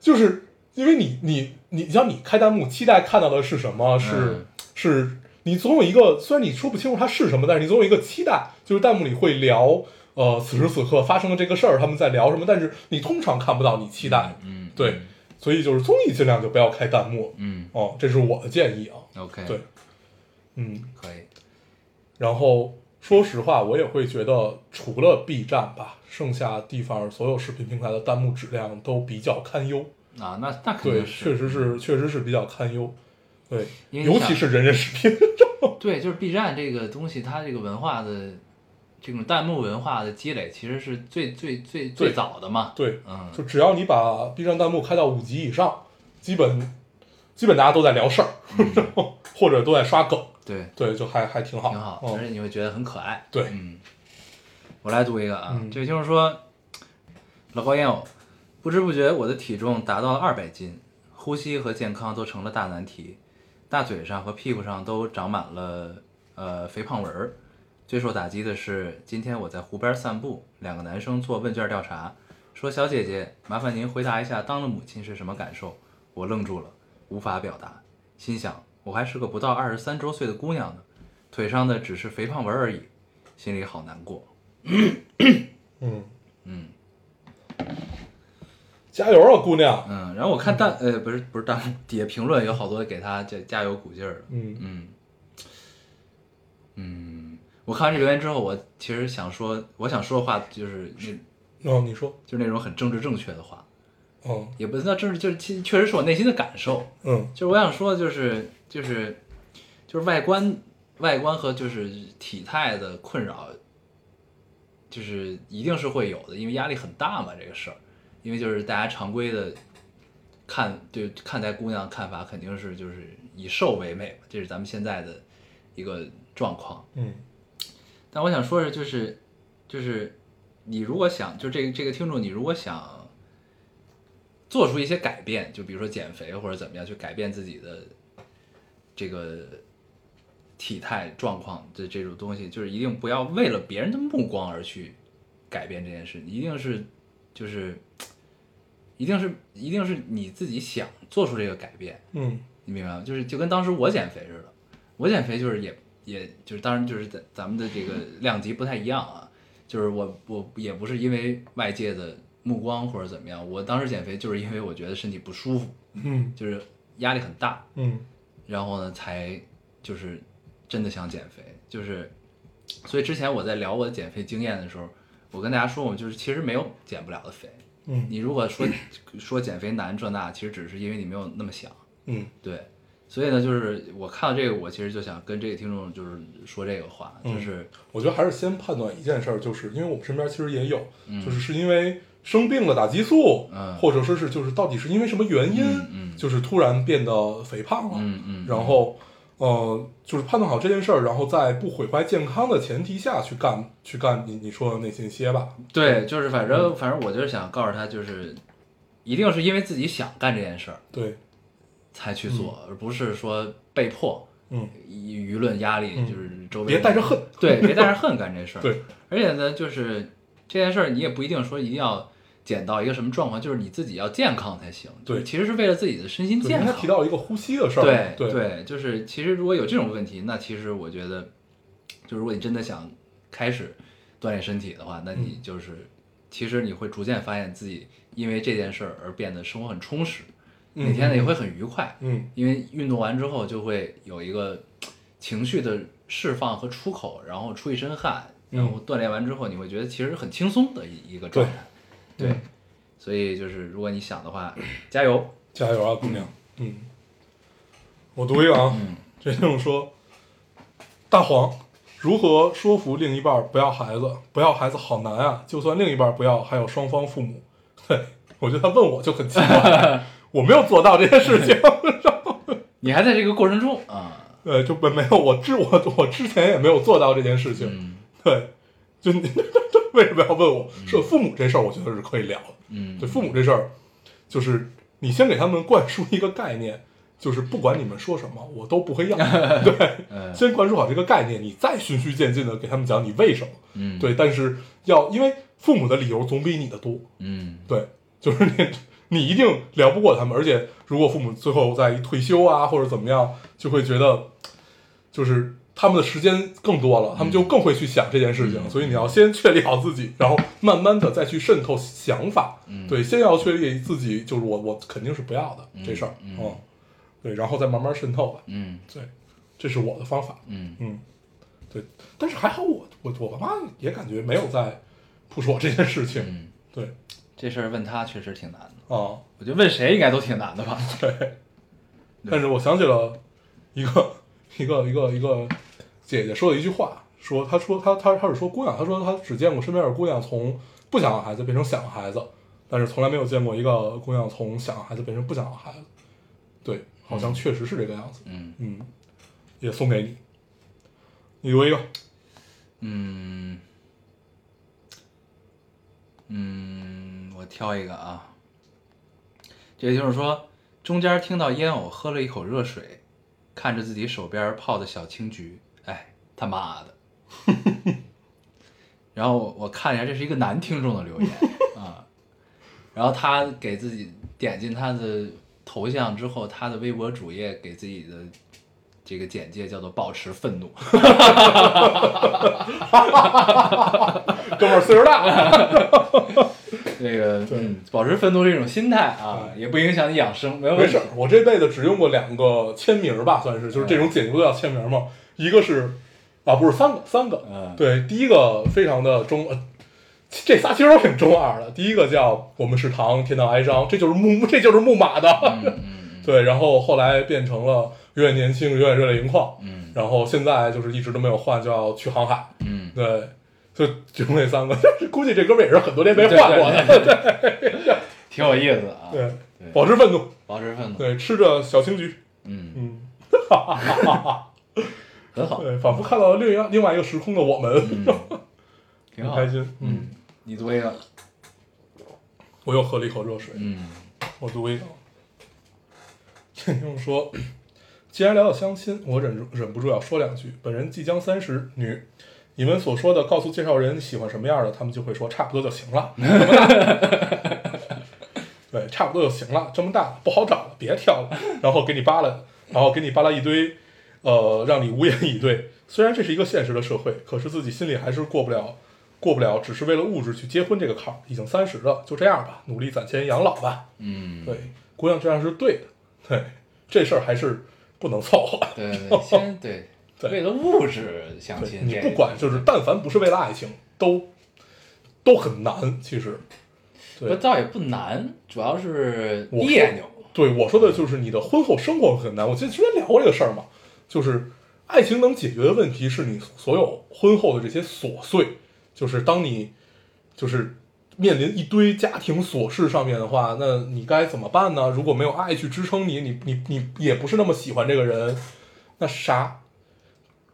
就是因为你你你像你开弹幕，期待看到的是什么？是、
嗯
是，你总有一个虽然你说不清楚它是什么，但是你总有一个期待，就是弹幕里会聊呃此时此刻发生的这个事儿，他们在聊什么，但是你通常看不到你期待，
嗯，
对，所以就是综艺尽量就不要开弹幕
嗯
哦，这是我的建议啊。
，OK，
对，嗯，
可以，
然后说实话，我也会觉得除了 B 站吧，剩下地方所有视频平台的弹幕质量都比较堪忧。
啊，那那肯
对，
定
确实是，确实是比较堪忧。对，
因为你
尤
想
其是人人视
*laughs*
频，
对，就是 B 站这个东西，它这个文化的这种弹幕文化的积累，其实是最最最最
对
早的嘛。
对，
嗯，
就只要你把 B 站弹幕开到五级以上，基本基本大家都在聊事儿，
嗯
*laughs* 然后或者都在刷梗，
对，
对，就还还挺好，
挺好，而
嗯，
且你会觉得很可爱。
对
嗯，我来读一个啊，
嗯
这就是说，老高烟友，不知不觉我的体重达到了二百斤，呼吸和健康都成了大难题，大腿上和屁股上都长满了呃肥胖纹儿。最受打击的是，今天我在湖边散步，两个男生做问卷调查，说小姐姐，麻烦您回答一下，当了母亲是什么感受？我愣住了，无法表达，心想我还是个不到二十三周岁的姑娘呢，腿上的只是肥胖纹而已，心里好难过。
嗯
嗯
加油啊，姑娘，
嗯，然后我看弹呃不是不是弹幕底下评论有好多给他这加油鼓劲儿的。
嗯
嗯嗯，我看完这留言之后，我其实想说我想说的话就是那
嗯，你说，
就是那种很政治正确的话，
嗯
也不是那政治就是其实确实是我内心的感受。
嗯
就是我想说，就是就是就是外观外观和就是体态的困扰，就是一定是会有的，因为压力很大嘛，这个事儿，因为就是大家常规的看对看待姑娘的看法肯定是就是以瘦为美嘛，这是咱们现在的一个状况。
嗯
但我想说的就是，就是你如果想，就这个这个听众，你如果想做出一些改变，就比如说减肥或者怎么样，去改变自己的这个体态状况的这种东西，就是一定不要为了别人的目光而去改变这件事，一定是就是。一定是一定是你自己想做出这个改变，
嗯
你明白吗？就是就跟当时我减肥似的，我减肥就是也也就是当然就是咱咱们的这个量级不太一样啊，就是我我也不是因为外界的目光或者怎么样，我当时减肥就是因为我觉得身体不舒服，
嗯
就是压力很大，
嗯
然后呢才就是真的想减肥，就是所以之前我在聊我的减肥经验的时候，我跟大家说过，就是其实没有减不了的肥，
嗯
你如果说说减肥难这那，其实只是因为你没有那么想。
嗯
对，所以呢，就是我看到这个，我其实就想跟这个听众就是说这个话，
嗯
就是
我觉得还是先判断一件事儿，就是因为我们身边其实也有，就是是因为生病了打激素，
嗯
或者说是就是到底是因为什么原因，
嗯嗯
就是突然变得肥胖了，
嗯嗯
然后呃，就是判断好这件事儿，然后在不毁坏健康的前提下去干去干你你说的那些吧，
对，就是反正反正我就是想告诉他，就是一定是因为自己想干这件事儿
对，
才去做，而不是说被迫
嗯，
舆舆论压力，
嗯
就是周围
别带着恨，
对，别带着恨干这事儿。
对，
而且呢，就是这件事儿，你也不一定说一定要减到一个什么状况，就是你自己要健康才行。
对
就是其实是为了自己的身心
对，
健
刚才
康。
提到一个呼吸的事儿，
对
对，
就是其实如果有这种问题，那其实我觉得，就如果你真的想开始锻炼身体的话，那你
嗯
就是、其实你会逐渐发现自己因为这件事儿而变得生活很充实，
嗯
每天呢也会很愉快，
嗯
因为运动完之后就会有一个情绪的释放和出口，然后出一身汗，然
嗯
后锻炼完之后你会觉得其实很轻松的一一个状态，对。
嗯
所以就是，如果你想的话，加油！
加油啊，姑娘！嗯，我读一个啊，这种说，大黄如何说服另一半不要孩子？不要孩子好难啊！就算另一半不要，还有双方父母。对，我觉得他问我就很奇怪，我没有做到这件事情。 *laughs*
你还在这个过程中啊，
呃，就没没有我之我我之前也没有做到这件事情。
嗯，
对，就你 *laughs* 为什么要问我？说父母这事儿，我觉得是可以聊的。
嗯
对父母这事儿，就是你先给他们灌输一个概念，就是不管你们说什么，我都不会
*laughs*
要。
嗯
对， *laughs* 先灌输好这个概念，你再循序渐进的给他们讲你为什么。
嗯，
对，但是要因为父母的理由总比你的多。
嗯，
对，就是你你一定聊不过他们，而且如果父母最后在一退休啊或者怎么样，就会觉得就是他们的时间更多了，他
嗯
们就更会去想这件事情。所以你要先确立好自己，然后慢慢的再去渗透想法。
嗯
对，先要确立自己，就是我我肯定是不要的、这事儿，
嗯
对，然后再慢慢渗透吧。
嗯
对，这是我的方法。
嗯
嗯，对，但是还好我我我爸妈也感觉没有在 push 我这件事情。
嗯，
对
这事儿问他确实挺难的，
啊。
我觉得问谁应该都挺难的吧。
对，但是我想起了一个一个一个一个姐姐说的一句话，说她说她她她是说姑娘，她说她只见过身边的姑娘从不想要孩子变成想要孩子，但是从来没有见过一个姑娘从想要孩子变成不想要孩子。对，好像确实是这个样子。
嗯
嗯，也送给你，你读一个。
嗯嗯，我挑一个啊。这个就是说，中间听到烟偶喝了一口热水，看着自己手边泡的小青桔，哎，他妈的！ *laughs* 然后我我看了一下，这是一个男听众的留言啊。然后他给自己点进他的头像之后，他的微博主页给自己的这个简介叫做“保持愤怒”。
哥们儿岁数大了，
那个，嗯，保持愤怒这种心态啊，也不影响你养生，没有
没
问题
事儿。，我这辈子只用过两个签名儿吧，算是，就是这
嗯
种简介都要签名儿嘛。一个是，啊，不是三个，三个，
嗯
对，第一个非常的中，呃这仨其实都挺中二的。第一个叫“我们是糖，天道哀伤”，这就是木，这就是木马的，
嗯
对。然后后来变成了“永远年轻，永远热泪盈眶”，
嗯
然后现在就是一直都没有换，叫“去航海”，
嗯，
对，就就那三个。 *laughs* 但是估计这哥们儿也是很多年没换过的，
对，对挺有意思的啊。
对，
对
保持愤怒，
保持愤怒，
对，吃着小青桔，
嗯，
嗯。 *laughs*
很好，
对，仿佛看到了另一个另外一个时空的我们，
嗯，挺
很
好，
开心。嗯，
嗯，你读一个，
我又喝了一口热水。
嗯
我读一个， *laughs* 这听众说，既然聊到相亲，我忍住忍不住要说两句。本人即将三十，女。你们所说的告诉介绍人喜欢什么样的，他们就会说差不多就行了。这 *laughs* 么大对，差不多就行了。这么大不好找了，别挑了。然后给你扒拉，然后给你扒拉一堆，呃，让你无言以对。虽然这是一个现实的社会，可是自己心里还是过不了，过不了，只是为了物质去结婚这个坎儿。已经三十了，就这样吧，努力攒钱养老吧。
嗯，
对，姑娘这样是对的，对，这事儿还是不能凑合。
对对对，先对，
对
为了物质相
对
亲，
你
这嗯
不管，就是但凡不是为了爱情，都都很难。其实，
不
对
倒也不难，主要是
我说
别扭，
对我说的就是你的婚后生活很难。我记得之前聊过这个事儿嘛，就是爱情能解决的问题是你所有婚后的这些琐碎，就是当你就是。面临一堆家庭琐事上面的话，那你该怎么办呢？如果没有爱去支撑你，你你你也不是那么喜欢这个人，那啥，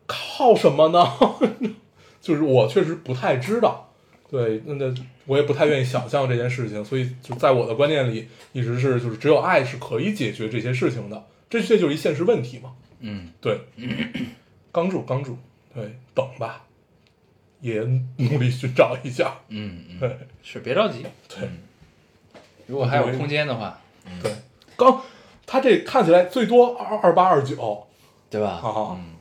靠什么呢？ *laughs* 就是我确实不太知道，对，那那我也不太愿意想象这件事情，所以就在我的观念里，一直是就是只有爱是可以解决这些事情的，这这就是一现实问题嘛。
嗯 *laughs*
对，刚住刚住，对，等吧，也努力寻找一下。
嗯嗯，
对
是别着急，
对
如果还有空间的话，
对，刚他这看起来最多二二八二九，
对吧？
啊
嗯，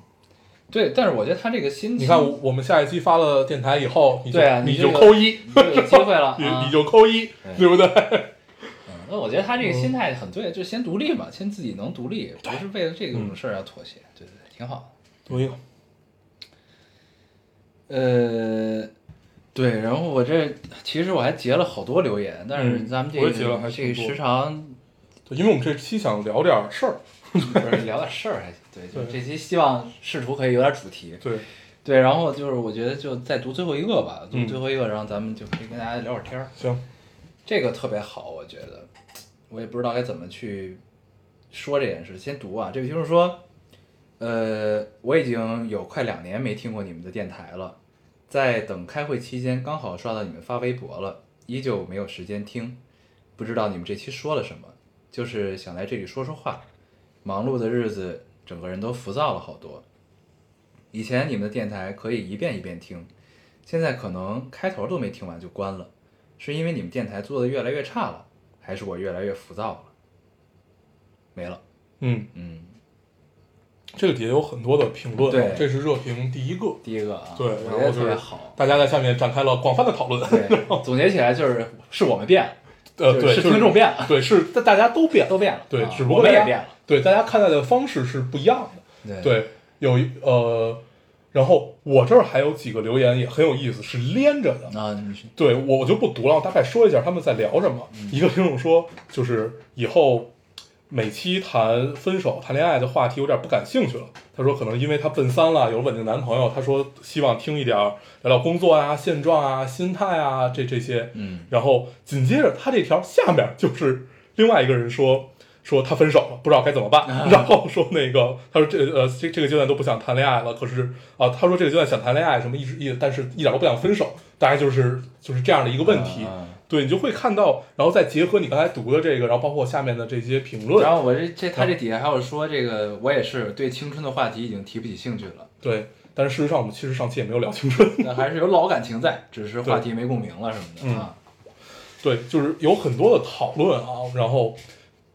对，但是我觉得他这个心情，
你看我我们下一期发了电台以后，你就
对啊你
你
这
就
个
扣一，
你就有机会 *laughs* 了
你
啊
你就扣一，对不对？
嗯那我觉得他这个心态很对，就先独立嘛，先自己能独立，不是为了这种事儿要妥协，对对对，挺好。
读一个，
呃，对，然后我这其实我还截了好多留言，但是
嗯
咱们这
我
个、
也截了还
这
挺
个
多
时长
对，因为我们这期想聊点事儿，
不是聊点事儿还行，对，就
对
*laughs* 这期希望试图可以有点主题，
对，
对，然后就是我觉得就再读最后一个吧，读
嗯
最后一个，然后咱们就可以跟大家聊会儿天儿。
行，
这个特别好，我觉得，我也不知道该怎么去说这件事。先读啊，这位听众说，呃，我已经有快两年没听过你们的电台了，在等开会期间刚好刷到你们发微博了，依旧没有时间听，不知道你们这期说了什么，就是想来这里说说话。忙碌的日子，整个人都浮躁了好多。以前你们的电台可以一遍一遍听，现在可能开头都没听完就关了，是因为你们电台做的越来越差了，还是我越来越浮躁了？没了，
嗯，
嗯，
这个底下有很多的评论啊，
对
这是热评第一个，
第一个啊，
对
我觉
然后
得
就
特别
是
好，
大家在下面展开了广泛的讨论。 *laughs*
对，总结起来就是是我们变了，
呃，
就是
对，
是
就是
听众变了
对，是大大家都变，
都变了，
对
啊
只不过
我们
大
也
家
变了，
对，大家看待的方式是不一样
对
的。对，有一呃，然后我这儿还有几个留言也很有意思，是连着的。
啊，你是
对我我就不读了，我大概说一下他们在聊什么。一个听众说，就是以后每期谈分手、谈恋爱的话题有点不感兴趣了。他说，可能因为他奔三了，有稳定男朋友。他说，希望听一点儿聊聊工作啊、现状啊、心态啊这这些。
嗯
然后紧接着他这条下面就是另外一个人说说他分手了，不知道该怎么办，
啊
*laughs* 然后说那个他说这呃这这个阶段都不想谈恋爱了，可是啊、他说这个阶段想谈恋爱什么一直一但是一点都不想分手，大概就是就是这样的一个问题，
啊
对你就会看到，然后再结合你刚才读的这个，然后包括下面的这些评论
然，后我这这他这
嗯
底下还有说这个，我也是对青春的话题已经提不起兴趣了，
对，但是事实上我们其实上期也没有聊青春，
那还是有老感情在，只是话题没共鸣了什么
嗯
的啊。
对，就是有很多的讨论啊。然后，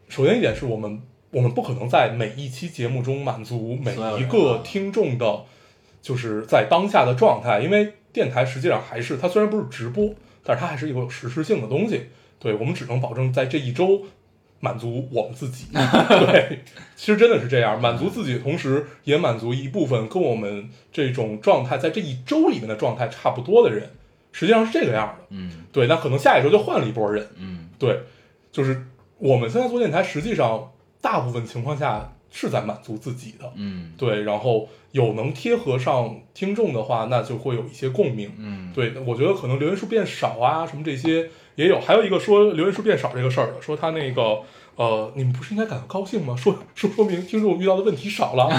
首先一点是我们我们不可能在每一期节目中满足每
所有
一
人
个
啊
听众的，就是在当下的状态，因为电台实际上还是它虽然不是直播，但是它还是一个有实时性的东西。对我们只能保证在这一周满足我们自己。对，其实真的是这样，满足自己的同时，也满足一部分跟我们这种状态在这一周里面的状态差不多的人，实际上是这个样的。
嗯
对，那可能下一周就换了一波人。
嗯，
对，就是我们现在做电台，实际上大部分情况下是在满足自己的。
嗯
对，然后有能贴合上听众的话，那就会有一些共鸣。
嗯，
对，我觉得可能留言数变少啊，什么这些也有。还有一个说留言数变少这个事儿的，说他那个呃，你们不是应该感到高兴吗？说说说明听众遇到的问题少
*laughs*
了，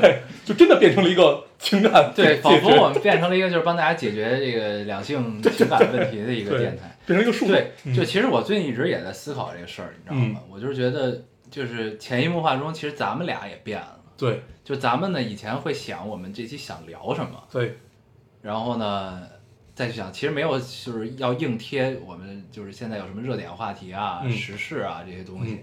对，就真的变成了一个情感
对，
解
仿佛
决
我们变成了一个就是帮大家解决这个两
*laughs*
性情感问题的一个
对
电台。
变成一个数
对，
嗯
就其实我最近一直也在思考这个事儿，你知道吗？我就是觉得，就是潜移默化中，其实咱们俩也变了。
对
就咱们呢，以前会想我们这期想聊什么，
对
然后呢，再去想，其实没有就是要硬贴我们就是现在有什么热点话题啊、
嗯
时事啊这些东西，
嗯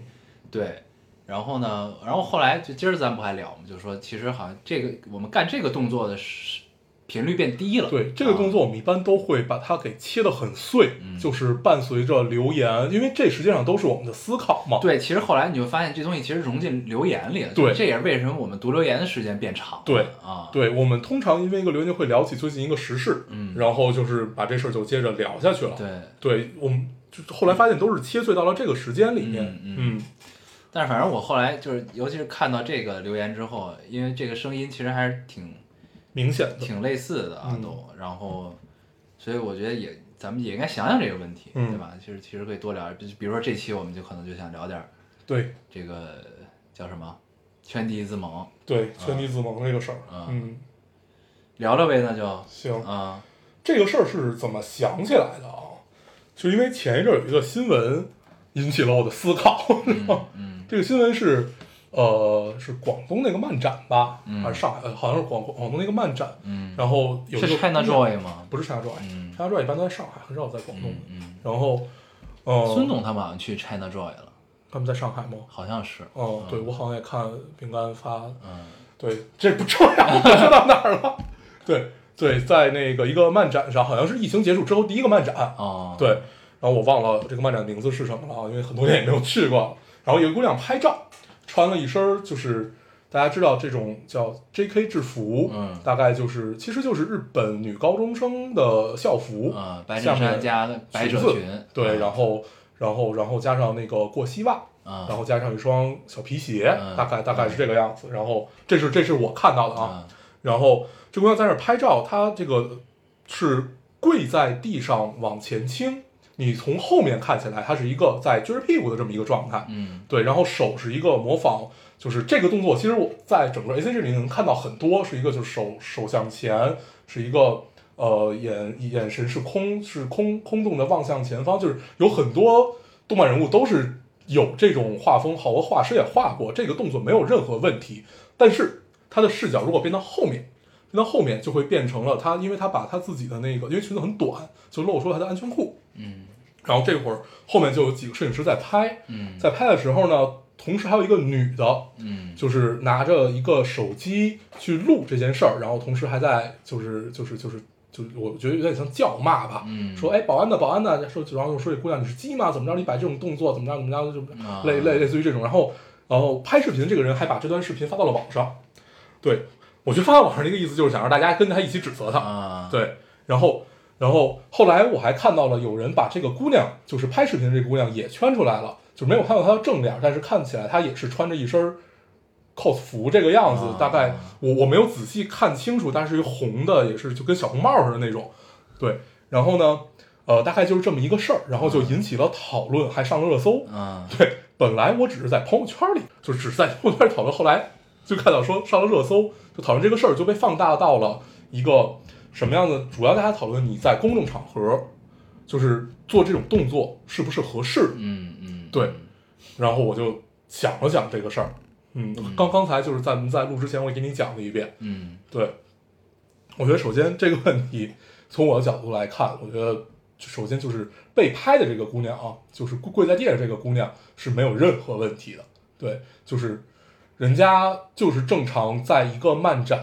对。然后呢，然后后来就今儿咱不还聊吗？就说其实好像这个我们干这个动作的时频率变低了。
对，这个动
啊嗯
作我们一般都会把它给切得很碎，就是伴随着留言，因为这实际上都是我们的思考嘛。
对，其实后来你就发现这东西其实融进留言里了。
对
这也是为什么我们读留言的时间变长了。
对
啊，
对，我们通常因为一个留言就会聊起最近一个时事，
嗯
然后就是把这事儿就接着聊下去了。
对
对，我们就后来发现都是切碎到了这个时间里面。
嗯
嗯
但是反正我后来就是，尤其是看到这个留言之后，因为这个声音其实还是挺
明显的。
挺类似的啊
嗯
都，然后，所以我觉得也咱们也应该想想这个问题，
嗯
对吧？其实其实可以多聊，比比如说这期我们就可能就想聊点儿
对
这个叫什么圈地自萌，
对，圈地自萌这个事儿，
啊
嗯，
聊聊呗，那就
行，
啊，
这个事儿是怎么想起来的啊？就因为前一阵儿有一个新闻引起了我的思考，然后
嗯
这个新闻是，呃，是广东那个漫展吧，
嗯
还是上海？呃，好像是广广东那个漫展。
嗯，
然后哦有一
是
个
China
姑娘
Joy 吗？
不是 China Joy，
嗯
China Joy 一般都在上海，很少在广东。
嗯嗯，
然后，呃，
孙总他们好像去 China Joy 了，
他们在上海吗？
好像是，
哦、对，我好像也看饼干发，
嗯
对，这不重要，我说到哪儿了？ *laughs* 对对，在那个一个漫展上，好像是疫情结束之后第一个漫展，
哦，
对，然后我忘了这个漫展名字是什么了，因为很多年也没有去过了。然后有一个姑娘拍照，穿了一身儿就是大家知道这种叫 J.K. 制服，
嗯
大概就是其实就是日本女高中生的校服，
嗯，白衬衫加白
哦裙
褶
子
裙，
对，
嗯
然后然后然后加上那个过膝袜，
嗯
然后加上一双小皮鞋，
嗯
大概大概是这个样子。然后这是这是我看到的啊，
嗯
然后这姑娘在那儿拍照，她这个是跪在地上往前倾，你从后面看起来，她是一个在撅着屁股的这么一个状态，
嗯
对，然后手是一个模仿，就是这个动作，其实我在整个 A C G 里能看到很多，是一个就是手手向前，是一个呃，眼眼神是空，是空空洞的望向前方，就是有很多动漫人物都是有这种画风，好多画师也画过这个动作没有任何问题，但是他的视角如果变到后面，变到后面就会变成了他，因为他把他自己的那个，因为裙子很短，就露出了他的安全裤，
嗯
然后这会儿后面就有几个摄影师在拍，
嗯
在拍的时候呢，同时还有一个女的，
嗯
就是拿着一个手机去录这件事儿，然后同时还在就是就是就是就是，我觉得有点像叫骂吧，
嗯
说哎保安呢保安呢，说然后就说这姑娘你是鸡吗？怎么着你摆这种动作怎么着怎么着就
啊
类类类似于这种，然后然后拍视频这个人还把这段视频发到了网上，对我觉得发到网上的一个意思就是想让大家跟他一起指责他，
啊，
对，然后然后后来我还看到了有人把这个姑娘，就是拍视频的这个姑娘也圈出来了，就没有看到她的正脸，但是看起来她也是穿着一身儿 cos 服这个样子，大概我我没有仔细看清楚，但是一红的也是就跟小红帽似的那种，对，然后呢，呃，大概就是这么一个事儿，然后就引起了讨论，还上了热搜，
嗯
对，本来我只是在朋友圈里，就只是在朋友圈里讨论，后来就看到说上了热搜，就讨论这个事儿就被放大到了一个什么样的，主要大家讨论你在公众场合就是做这种动作是不是合适。
嗯嗯，
对，然后我就想了想这个事儿，嗯，刚刚才就是在在录之前我也给你讲了一遍，
嗯
对，我觉得首先这个问题，从我的角度来看，我觉得首先就是被拍的这个姑娘啊，就是跪跪在地上这个姑娘是没有任何问题的。对，就是人家就是正常在一个漫展，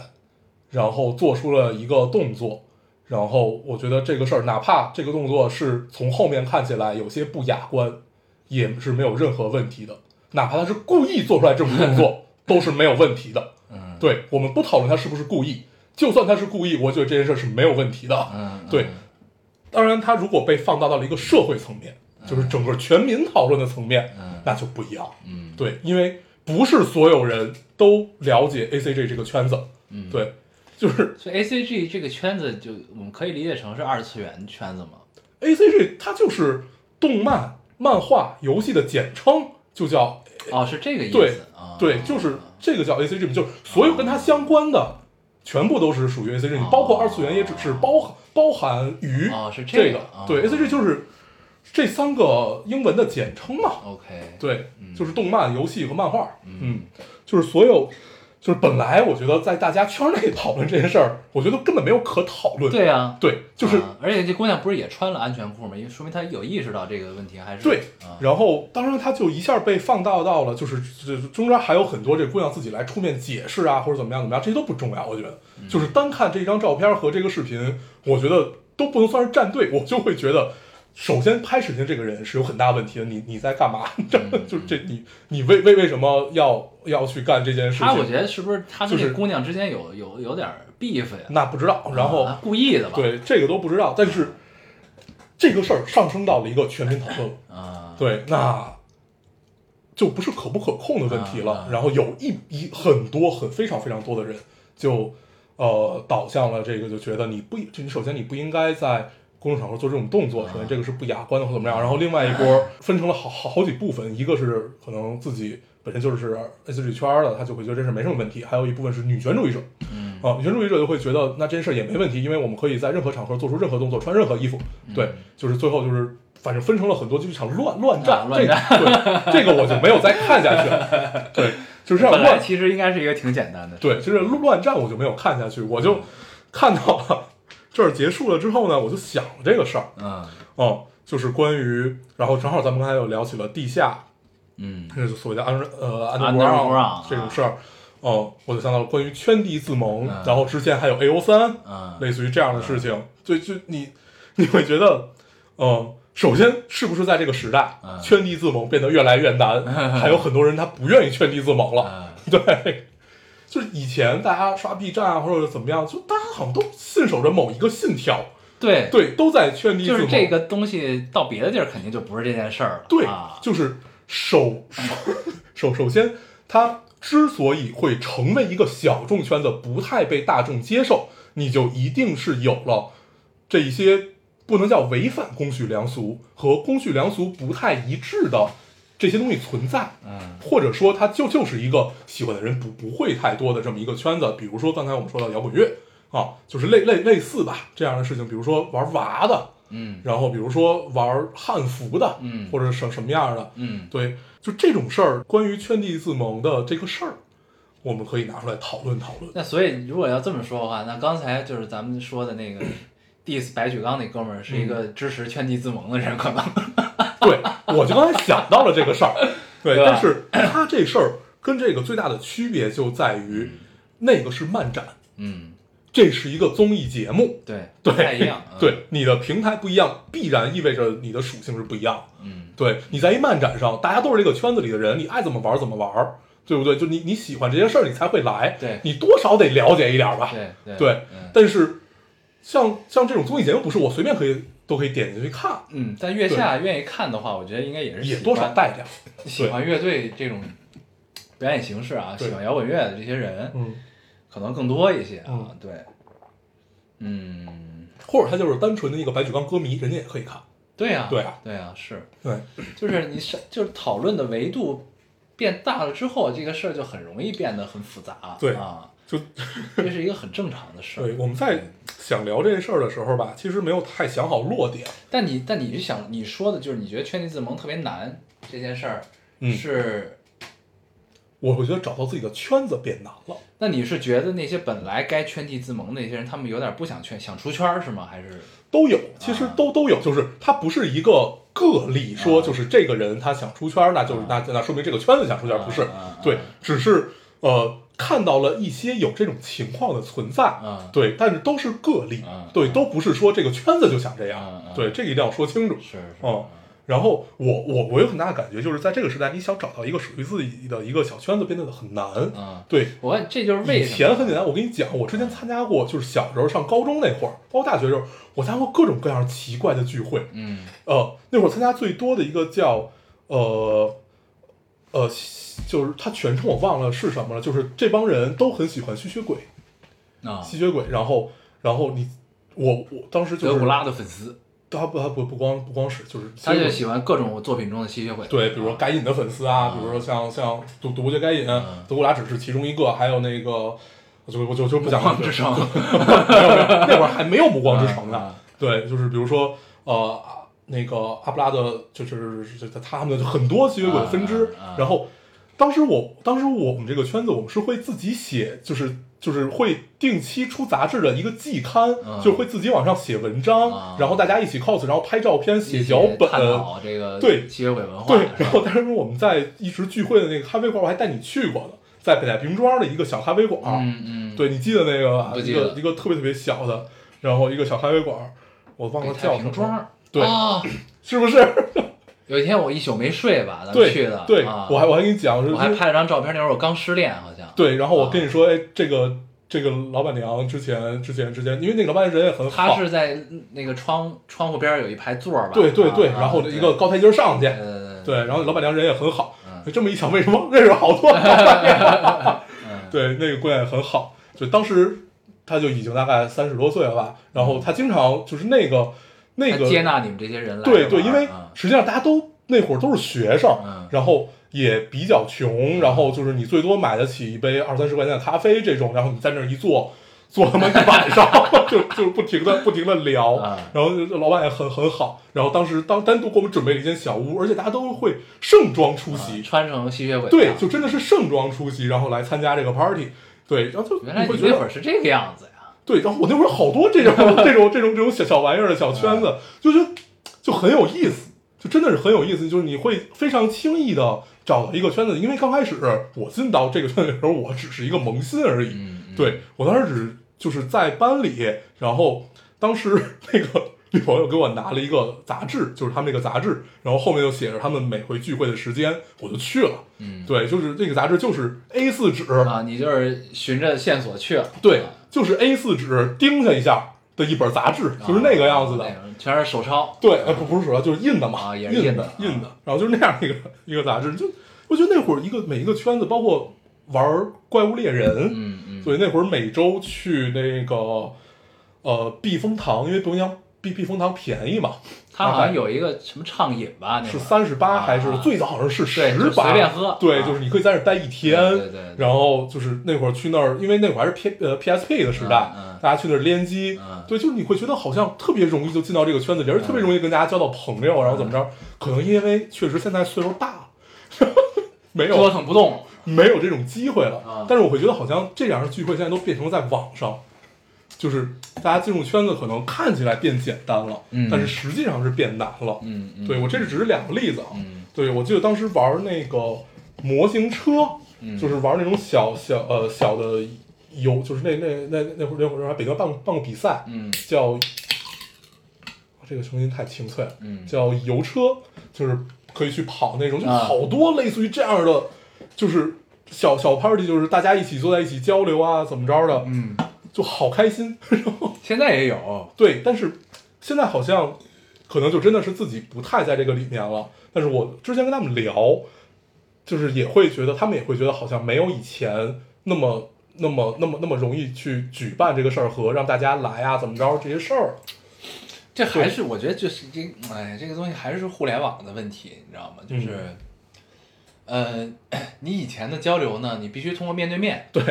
然后做出了一个动作，然后我觉得这个事儿，哪怕这个动作是从后面看起来有些不雅观，也是没有任何问题的。哪怕他是故意做出来这种动作，都是没有问题的。
嗯
对我们不讨论他是不是故意，就算他是故意，我觉得这件事儿是没有问题的。
嗯，
对，当然他如果被放大到了一个社会层面，就是整个全民讨论的层面，
嗯
那就不一样。
嗯
对，因为不是所有人都了解 A C G 这个圈子，
嗯，。
对，就是
所以 A C G 这个圈子就我们可以理解成是二次元圈子嘛？
A C G 它就是动漫、漫画、游戏的简称，就叫
哦，是这个意
对
思啊。
对，就是这个叫 A C G，就是所有跟它相关的。全部都是属于 A C G，你包括二次元也只是包包含于
哦啊是这
这
个
个
哦，
对 A C G 就是这三个英文的简称嘛，
OK，
对
啊嗯，
就是动漫、游戏和漫画，嗯，就是所有，就是本来我觉得在大家圈内讨论这件事儿，我觉得根本没有可讨论，
对啊，
对，就是
啊而且这姑娘不是也穿了安全裤吗？因为说明她有意识到这个问题，还是
对
啊，
然后当然他就一下被放大到了，就是这中间还有很多这姑娘自己来出面解释啊，或者怎么样怎么样，这些都不重要，我觉得，
嗯
就是单看这张照片和这个视频，我觉得都不能算是站队，我就会觉得。首先，拍视频这个人是有很大问题的。你你在干嘛？ *laughs* 这
嗯
就这你你为为为什么要要去干这件事情？
她我觉得是不是她跟
就
这
是
姑娘之间有有有点儿 beef 呀？
那不知道。然后
啊故意的吧？
对这个都不知道，但是这个事儿上升到了一个全民讨论，
啊，
对，那就不是可不可控的问题
啊
了。然后有一一很多很非常非常多的人就呃导向了这个，就觉得你不你首先你不应该在。公众场合做这种动
啊
作，首先这个是不雅观的或怎么样。然后另外
*laughs*
一波分成了好好好几部分，一个是可能自己本身就是 S G 圈儿的，他就会觉得这事儿没什么问题；还有一部分是女权主义者，
嗯
啊，女权主义者就会觉得那这件事儿也没问题，因为我们可以在任何场合做出任何动作，穿任何衣服。
嗯
对，就是最后就是反正分成了很多，就是一场乱乱
啊
战。
乱战
这个对这个我就没有再看下去
*laughs*
了。对，就是这样
本来
乱，
其实应该是一个挺简单的，
对，就是乱战我就没有看下去，我就看到了这儿结束了之后呢，我就想了这个事儿，
嗯
哦、就是关于，然后正好咱们刚才又聊起了地下
嗯
那就所谓的 under 呃
Underground，
这种事儿，哦、我就想到了关于圈地自萌，
啊嗯
然后之前还有 A O 三， *laughs*
嗯
类似于这样的事情，就就你你会觉得，嗯、首先是不是在这个时代，
嗯
圈地自萌变得越来越难，
*laughs*
还有很多人他不愿意圈地自萌了，
嗯
对。就是以前大家刷 B 站啊，或者怎么样，就大家好像都信守着某一个信条，
对，
对，都在圈地自
就
萌。
是这个东西到别的地儿肯定就不是这件事儿了，
对，
啊，
就是首 *laughs* 首首首先，它之所以会成为一个小众圈子，不太被大众接受，你就一定是有了这一些不能叫违反公序良俗和公序良俗不太一致的这些东西存在。
嗯
或者说它就就是一个喜欢的人不不会太多的这么一个圈子。比如说刚才我们说到摇滚乐啊、啊，就是类类类似吧这样的事情，比如说玩娃的，
嗯
然后比如说玩汉服的，
嗯
或者什什么样的，
嗯
对，就这种事儿，关于圈地自萌的这个事儿，我们可以拿出来讨论讨论。
那所以如果要这么说的话，那刚才就是咱们说的那个 diss 白举纲那哥们儿
嗯
是一个支持圈地自萌的人，可能。 *laughs*
对，我就刚才想到了这个事儿，
*laughs*
对，
对吧
但是他这事儿跟这个最大的区别就在于，那个是漫展，
嗯，
这是一个综艺节目，
对，
对，
不太一样。嗯，
对，你的平台不一样，必然意味着你的属性是不一样的。
嗯
对，你在一漫展上，大家都是这个圈子里的人，你爱怎么玩怎么玩，对不对？就你你喜欢这些事儿，你才会来，
对
你多少得了解一点吧。
对对
对
嗯
但是像像这种综艺节目，不是我随便可以都可以点进去看，
嗯，但月下愿意看的话，我觉得应该也是
也
喜
多少
欢
带点儿。
喜欢乐队这种表演形式啊，
对
喜欢摇滚乐的这些人，
嗯，
可能更多一些啊
嗯。
对，嗯，
或者他就是单纯的一个白举纲歌迷，人家也可以看。
对呀，
对啊，
对呀，是，
对，
就是你是就是讨论的维度变大了之后，这个事儿就很容易变得很复杂。
对
啊，
就
这是一个很正常的事
对，
儿。
我们在想聊这事儿的时候吧，其实没有太想好落点。
但你但你是想你说的就是你觉得圈地自萌特别难这件事儿
嗯
是。
我会觉得找到自己的圈子变难了。
那你是觉得那些本来该圈地自萌的那些人，他们有点不想圈，想出圈儿是吗？还是
都有，其实
啊
都都有，就是它不是一个个例，说
啊
就是这个人他想出圈儿，那就是那那说明这个圈子想出圈儿，
啊
不是
啊啊，
对，只是呃看到了一些有这种情况的存在
啊，
对，但是都是个例
啊，
对，都不是说这个圈子就想这样
啊啊，
对，这个一定要说清楚，
是是
嗯。然后我我我有很大的感觉，就是在这个时代，你想找到一个属于自己的一个小圈子，变得很难。
啊，
对，
我看这就是为
以
什
前很
么
简单，我跟你讲，我之前参加过，就是小时候上高中那会儿，包括大学的时候，我参加过各种各样奇怪的聚会。
嗯
呃，那会儿参加最多的一个叫呃呃，就是它全称我忘了是什么了，就是这帮人都很喜欢吸血鬼，
啊，
吸血鬼。然后然后你我我当时就
德
是
古拉的粉丝，
他不他不不光不光是就是吸
他
血
就
鬼
喜欢各种作品中的吸血鬼，
对，比如说
啊
该隐的粉丝啊，比如说
嗯
像像独独角该隐、德古拉只是其中一个，还有那个我就我就就不讲
暮光
了
之城
*laughs* 没有没有，那会儿还没有暮光之城
啊
呢。对，就是比如说呃，啊那个阿布拉的，就是就是他们的很多吸血鬼分支
啊啊啊，
然后当时我当时我们这个圈子，我们是会自己写，就是。就是会定期出杂志的一个季刊，
嗯
就会自己往上写文章，
啊
然后大家一起 cos，然后拍照片、
一
写
起
脚本，
探讨这个
对
吸血鬼文化，
对，
是
然
吧
后当时我们在一直聚会的那个咖啡馆，我还带你去过呢，在北戴平庄的一个小咖啡馆。
嗯嗯，
对，你记得那个吧？
不
一
记
个
得
一个特别特别小的，然后一个小咖啡馆，我忘
北
了
太
叫
平
什么，
庄，
对
啊，
是不是？
有一天我一宿没睡吧，咱们
对
去的，
对，
啊
我还我还跟你讲，就是
我还拍了张照片，那会儿我刚失恋好像，
对，然后我跟
啊
你说，哎，这个这个老板娘之前之前之前，因为那个老板人也很好，
他是在那个窗窗户边儿有一排座儿吧，
对对对，
啊
然后
对
一个高台阶上去，
呃
对，然后老板娘人也很好
嗯，
这么一想，为什么 *laughs* 认识好多老板娘？
*laughs* 嗯
对，那个姑娘也很好，就当时她就已经大概三十多岁了吧，然后她经常就是那个那
他
个
接纳你们这些人来玩
对
儿，
对，因为
啊
实际上大家都那会儿都是学生
嗯，
然后也比较穷，然后就是你最多买得起一杯二三十块钱的咖啡这种，然后你在那儿一坐。坐他妈一晚上， *laughs* 就就不停的不停的聊
啊，
然后就老板也很很好，然后当时当单独给我们准备了一间小屋，而且大家都会盛装出席，
啊穿成吸血鬼，
对，就真的是盛装出席，然后来参加这个 party，对，然后就
原来
你
你
会觉
那会
得
儿是这个样子呀，
对，然后我那会儿好多
*laughs*
这种这种这种这种小小玩意儿的小圈
嗯
子，就觉得就很有意思，就真的是很有意思，就是你会非常轻易的找到一个圈子，因为刚开始我进到这个圈子的时候，我只是一个萌新而已，
嗯嗯
对我当时只就是在班里，然后当时那个女朋友给我拿了一个杂志，就是他们那个杂志，然后后面就写着他们每回聚会的时间，我就去了。
嗯
对，就是那个杂志就是 A 4纸，
啊，你就是循着线索去了，
对
啊，
就是 A 4纸钉下一下的一本杂志，就是那个样子的。
啊那种全是手抄，
对，呃不不是手抄，就是印的嘛，
啊也是
印
印的啊
印的。然后就是那样一个一个杂志，就我觉得那会儿一个每一个圈子，包括玩怪物猎人，
嗯嗯，
所以那会儿每周去那个呃避风塘，因为不阳 BP 枫糖便宜嘛，
他好像有一个什么畅饮吧，那会
是
儿
三十八
啊
还是最早好像是
对
十
就
八，
随便喝
对，
啊
就是你可以在那儿待一天，
对对对对
然后就是那会儿去那儿，因为那会儿还是 P 呃 PSP 的时代，
嗯嗯
大家去那儿联机，
嗯
对，就是你会觉得好像特别容易就进到这个圈子里，而且特别容易跟大家交到朋
嗯
友，然后怎么着，可能因为确实现在岁数大了， *laughs* 没有
折腾不动，
没有这种机会了。
啊
但是我会觉得好像这样的聚会现在都变成了在网上，就是大家进入圈子可能看起来变简单了，
嗯
但是实际上是变难了。
嗯嗯，
对我这是只是两个例子啊。
嗯
对我记得当时玩那个模型车，
嗯
就是玩那种小小呃小的游，就是那那那那会儿那会儿还北京办过办过比赛，
嗯
叫这个声音太清脆了，
嗯
叫油车，就是可以去跑那种，就
啊
好多类似于这样的，就是小小 party，就是大家一起坐在一起交流啊，怎么着的，
嗯，
就好开心。 *laughs* 然后
现在也有，
对，但是现在好像可能就真的是自己不太在这个里面了。但是我之前跟他们聊，就是也会觉得他们也会觉得好像没有以前那么那么那么那么容易去举办这个事儿和让大家来啊怎么着这些事儿。
这还是我觉得就是这，哎，这个东西还是互联网的问题，你知道吗？就是，
嗯
呃， *clears throat* 你以前的交流呢，你必须通过面对面，
对，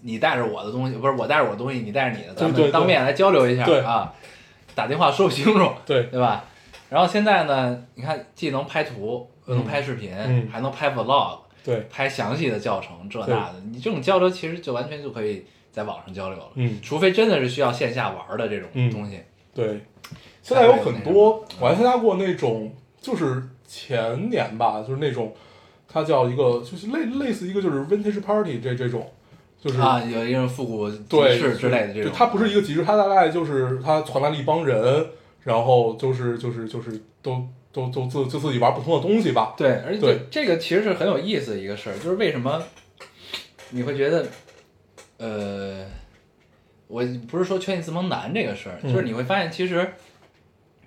你带着我的东西，不是我带着我的东西，你带着你的，咱
对对
们当面来交流一下
对
啊，打电话说不清楚，
对，
对吧？然后现在呢，你看既能拍图，又能
嗯
拍视频，
嗯
还能拍 vlog，
对，
拍详细的教程这那的，你这种交流其实就完全就可以在网上交流了，
嗯
除非真的是需要线下玩的这种
嗯
东西，
对，现在有很多，我还参加过那种，就是前年吧，就是那种，它叫一个，就是类类似一个就是 vintage party 这这种，就是
啊，有一种复古集
对
市之类的这
就
种，啊
它不是一个集市，它大概就是它传来了一帮人，然后就是就是就是都都都自就自己玩不同的东西吧，
对，而且
对
这这个其实是很有意思的一个事儿，就是为什么你会觉得，呃，我不是说圈地自萌难这个事儿，
嗯
就是你会发现其实。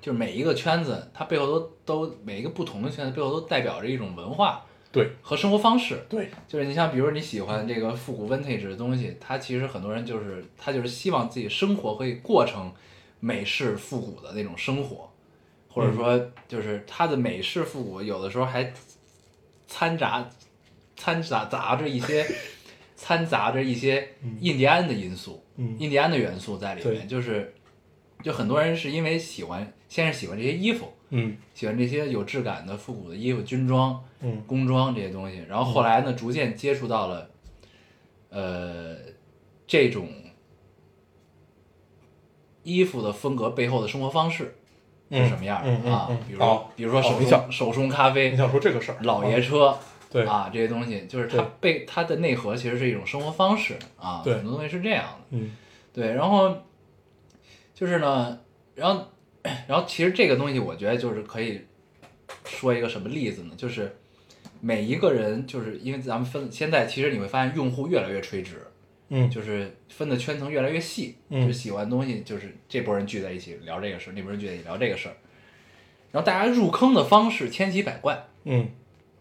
就是每一个圈子，它背后都都每一个不同的圈子背后都代表着一种文化
对
和生活方式。
对
就是你像，比如你喜欢这个复古 vintage 的东西，他其实很多人就是他就是希望自己生活可以过成美式复古的那种生活，或
嗯
者说就是他的美式复古有的时候还掺杂掺杂杂着一些掺杂着一些印第安的因素、
嗯
印第安的元素在里
对
面，就是就很多人是因为喜欢先是喜欢这些衣服，
嗯
喜欢这些有质感的复古的衣服、军装。
嗯
工装这些东西，然后后来呢，逐渐接触到了，呃，这种衣服的风格背后的生活方式是什么样的、
嗯嗯嗯
啊？
嗯
比如
哦
说，比如说
哦
手
你
冲、
想
手冲咖啡
你、想说这个事儿，
老爷
啊
车，
对
啊，这些东西就是它
对
被它的内核其实是一种生活方式啊，
对
很多东西是这样的。
嗯
对，然后就是呢，然后 *clears throat* 然后其实这个东西，我觉得就是可以说一个什么例子呢？就是每一个人，就是因为咱们分现在，其实你会发现用户越来越垂直，
嗯
就是分的圈层越来越细，
嗯
就喜欢的东西就是这波人聚在一起聊这个事儿，那波人聚在一起聊这个事儿，然后大家入坑的方式千奇百怪，
嗯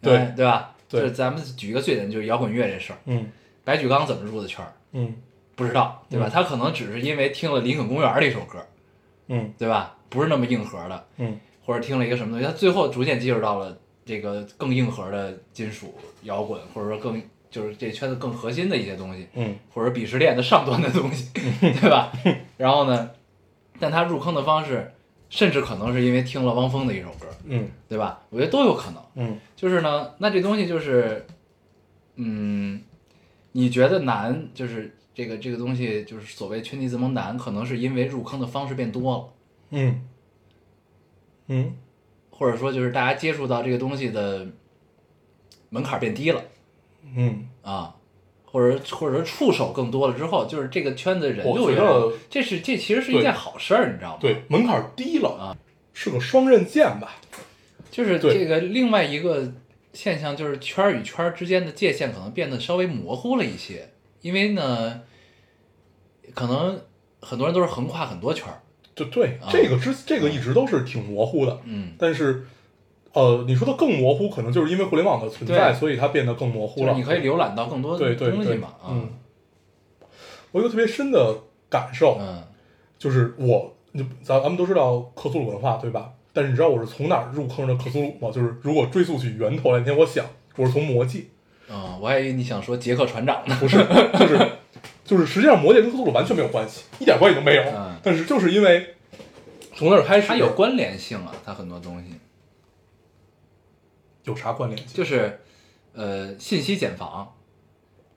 对
哎对吧？
对
就是咱们举一个最简单，就是摇滚乐这事儿，
嗯
白举纲怎么入的圈儿？
嗯
不知道，对吧？
嗯
他可能只是因为听了《林肯公园》这首歌，
嗯
对吧？不是那么硬核的，
嗯
或者听了一个什么东西，他最后逐渐接触到了这个更硬核的金属摇滚，或者说更就是这圈子更核心的一些东西，
嗯
或者鄙视链的上端的东西，对吧？然后呢，但他入坑的方式，甚至可能是因为听了汪峰的一首歌，
嗯
对吧？我觉得都有可能。
嗯
就是呢，那这东西就是，嗯，你觉得难，就是这个这个东西，就是所谓圈地自萌难，可能是因为入坑的方式变多了，
嗯嗯
或者说就是大家接触到这个东西的门槛变低了
嗯，
啊，或者或者说触手更多了之后，就是这个圈子人
我
就
觉
越来
得
越这是这其实是一件好事儿，你知道吗？，
对，门槛低了啊，是个双刃剑吧？
就是
对
这个另外一个现象，就是圈儿与圈儿之间的界限可能变得稍微模糊了一些，因为呢，可能很多人都是横跨很多圈儿，
就对
啊，
这个之这个一直都是挺模糊的，
嗯，
但是，呃，你说它更模糊，可能就是因为互联网的存在，
对
所以它变得更模糊
就是
了。
你可以浏览到更多
对对
东西
对嗯
嘛，啊，
嗯，我有一个特别深的感受，
嗯
就是我你咱咱们都知道克苏鲁文化对吧？但是你知道我是从哪儿入坑的克苏鲁吗？就是如果追溯起源头来，那天我想我是从魔界，
嗯，我还以为你想说杰克船长呢。
不是，就是就是实际上魔界跟克苏鲁完全没有关系，一点关系都没有
嗯。
但是就是因为 *laughs* 从那儿开始，
它有关联性啊，它很多东西
有啥关联性？
就是，呃，信息茧房，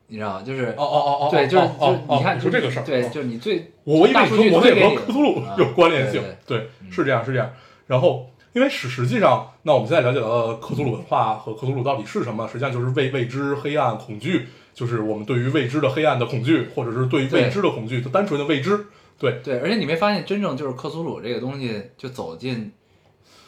你知道吗？就是
哦哦哦哦，
对，就是
哦
就
哦
是
哦
你看
你
就
说
是
这个事儿，
对，
哦
就是你最
我我以为
大
你
数
说
据
魔
推
界
给
和
你的
克苏鲁有关联性
啊，
对，是这样，是这样。然后，因为史实际上，那我们现在了解到的克苏鲁文化和克苏鲁到底是什么，实际上就是未未知、黑暗、恐惧，就是我们对于未知的黑暗的恐惧，或者是对于
对
未知的恐惧，就单纯的未知。对，
对，而且你没发现真正就是克苏鲁这个东西就走进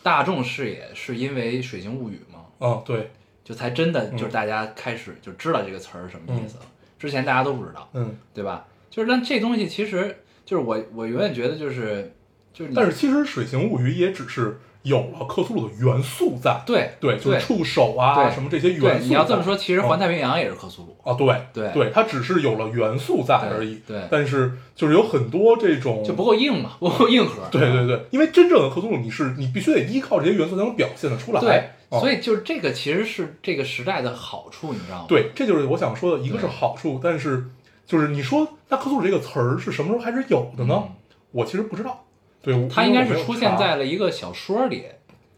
大众视野，是因为《水形物语》吗？
嗯，对，
就才真的
嗯
就是大家开始就知道这个词儿是什么意思了，之前大家都不知道，
嗯。
对吧？就是但这东西其实就是我我永远觉得就是就是你
但是其实《水形物语》也只是有了克苏鲁的元素在，
对
对，就是
对
触手啊
对
什么这些元
对
素。
你要这么说，其实《环
嗯
太平洋》也是克苏鲁，
啊，对
对
对，它只是有了元素在
对
而已。
对
但是就是有很多这种
就不够硬嘛，不够硬核。
哦对对对，因为真正的克苏鲁，你是你必须得依靠这些元素才能表现得出来。
对，
啊
所以就是这个其实是这个时代的好处，你知道吗？
对，这就是我想说的，一个是
对
好处，但是就是你说那克苏鲁这个词儿是什么时候开始有的呢？
嗯
我其实不知道。对，
它应该是出现在
了
了一个小说里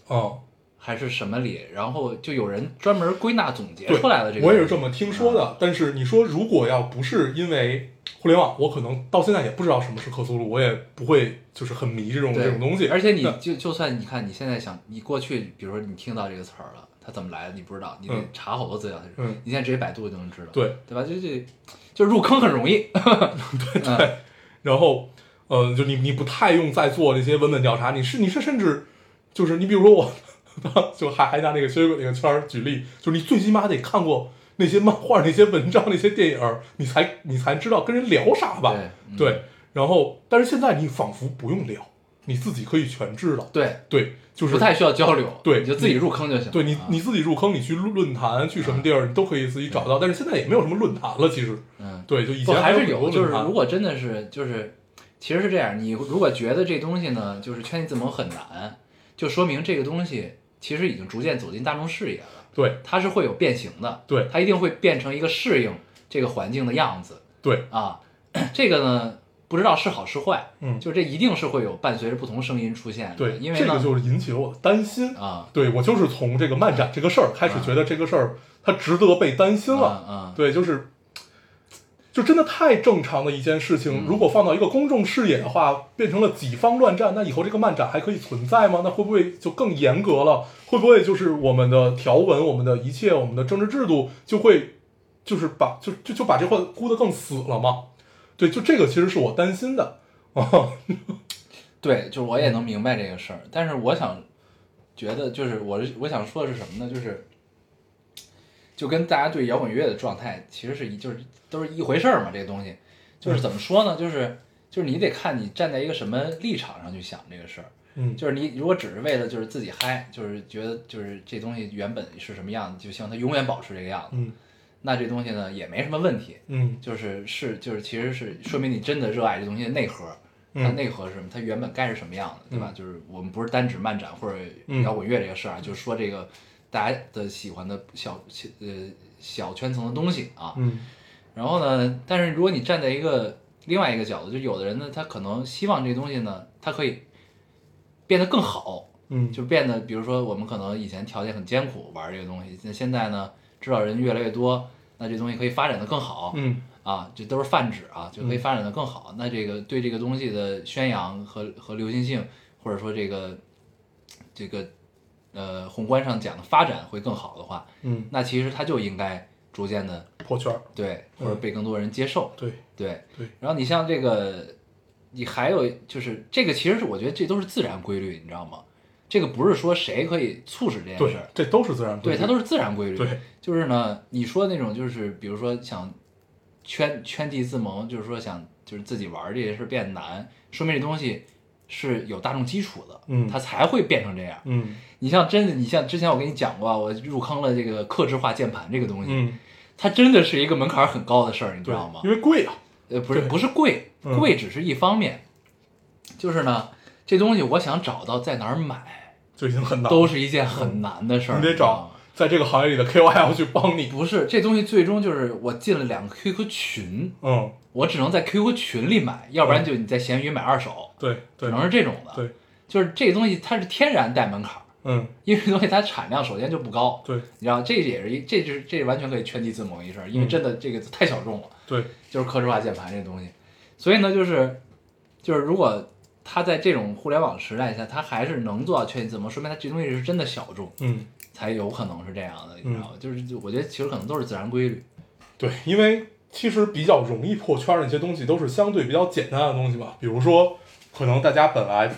嗯，
还是什么里，然后就有人专门归纳总结
对，
出来了这个。嗯
我也是这么听说的。但是你说如果要不是因为互联网，我可能到现在也不知道什么是克苏鲁，我也不会就是很迷这种
对
这种东西。
而且你
那
就就算你看你现在想，你过去比如说你听到这个词儿了，它怎么来的你不知道，你得
嗯
查好多资料才知道。
嗯
你现在直接百度就能知道，
对
对吧？就就就入坑很容
*laughs*
易。对对，
然后，呃，就你你不太用再做那些文本调查，你是你是甚至就是你比如说我， *laughs* 就还还拿那个血血鬼那个圈儿举例，就是你最起码得看过那些漫画、那些文章、那些电影儿，你才你才知道跟人聊啥吧？
对嗯
然后，但是现在你仿佛不用聊，你自己可以全知道。
对，
对，就是
不太需要交流，
对
你就自己入坑就行。
对你
啊
你自己入坑，你去论论坛去什么地儿，你都可以自己找到。但是现在也没有什么论坛了，其实
嗯，
对，就以
不
前
还
有
是
很
有，
多
就
论
是
坛
如果真的是就是，其实是这样，你如果觉得这东西呢，就是圈地自萌很难，就说明这个东西其实已经逐渐走进大众视野了，
对
它是会有变形的，
对
它一定会变成一个适应这个环境的样子
对，
啊。这个呢，不知道是好是坏，
嗯，
就这一定是会有伴随着不同声音出现的，
对，
因为
这
呢
个就是引起了我的担心。
啊，
对我就是从这个漫展这个事儿开始觉得这个事儿它值得被担心了。
啊，
对，就是就真的太正常的一件事
嗯
情，如果放到一个公众视野的话，变成了己方乱战，那以后这个漫展还可以存在吗？那会不会就更严格了？会不会就是我们的条文、我们的一切、我们的政治制度就会就是把就就就把这块箍得更死了吗？对，就这个其实是我担心的。啊，
嗯对，就是我也能明白这个事儿，但是我想觉得就是我是我想说的是什么呢？就是就跟大家对摇滚乐的状态其实是一就是都是一回事儿嘛，这个东西
嗯
就是怎么说呢？就是就是你得看你站在一个什么立场上去想这个事儿。
嗯，
就是你如果只是为了就是自己嗨，就是觉得就是这东西原本是什么样子，就希望它永远保持这个样子，
嗯
那这东西呢也没什么问题。
嗯
就是是就是其实是说明你真的热爱这东西的内核，
嗯
它内核是什么？它原本该是什么样的，对吧？就是我们不是单指漫展或者
嗯
摇滚乐这个事儿啊，就是说这个大家的喜欢的小小呃小圈层的东西啊。
嗯
然后呢，但是如果你站在一个另外一个角度，就有的人呢，他可能希望这东西呢，它可以变得更好，
嗯，
就变得，比如说我们可能以前条件很艰苦玩这个东西，那现在呢，知道人越来越多，那这东西可以发展的更好，
嗯
啊，这都是泛指啊，就可以发展的更好。那这个对这个东西的宣扬和和流行性，或者说这个这个呃宏观上讲的发展会更好的话，
嗯，
那其实它就应该逐渐的
破圈儿，
对，或者被更多人接受，
对。
对
对
然后你像这个，你还有就是这个，其实是我觉得这都是自然规律，你知道吗？这个不是说谁可以促使这件
对
事儿，，
这都是自然规
对，
律。
它都是自然规律。
对，
就是呢，你说那种就是，比如说想圈圈地自萌，就是说想就是自己玩儿这些事儿变难，说明这东西是有大众基础的，
嗯
它才会变成这样。
嗯
你像真的，你像之前我跟你讲过啊，我入坑了这个克制化键盘这个东西，
嗯，
它真的是一个门槛儿很高的事儿，你知
对
道吗，
因？为贵啊。
呃，不是
对
不是贵，
嗯
贵只是一方面，就是呢，这东西我想找到在哪儿买，
就已经很难了，
都是一件很难的事儿。
嗯你得
知道
找
吗
在这个行业里的 KOL 去帮你。
不是这东西，最终就是我进了两个 QQ 群，
嗯，
我只能在 QQ 群里买，要不然就你在闲鱼买二手，
对
只
对
能是这种的。
对，
就是这东西它是天然带门槛儿，
嗯
因为这东西它产量首先就不高，
对
你知道这也是一这就是这完全可以圈地自萌一事儿，因为
嗯
真的这个太小众了。
对，
就是客制化键盘这东西。所以呢，就是就是如果他在这种互联网时代下，他还是能做到确定字母，说明他这东西是真的小众，
嗯，
才有可能是这样的，你知道吗？就是我觉得其实可能都是自然规律。
对，因为其实比较容易破圈儿的一些东西，都是相对比较简单的东西吧。比如说，可能大家本来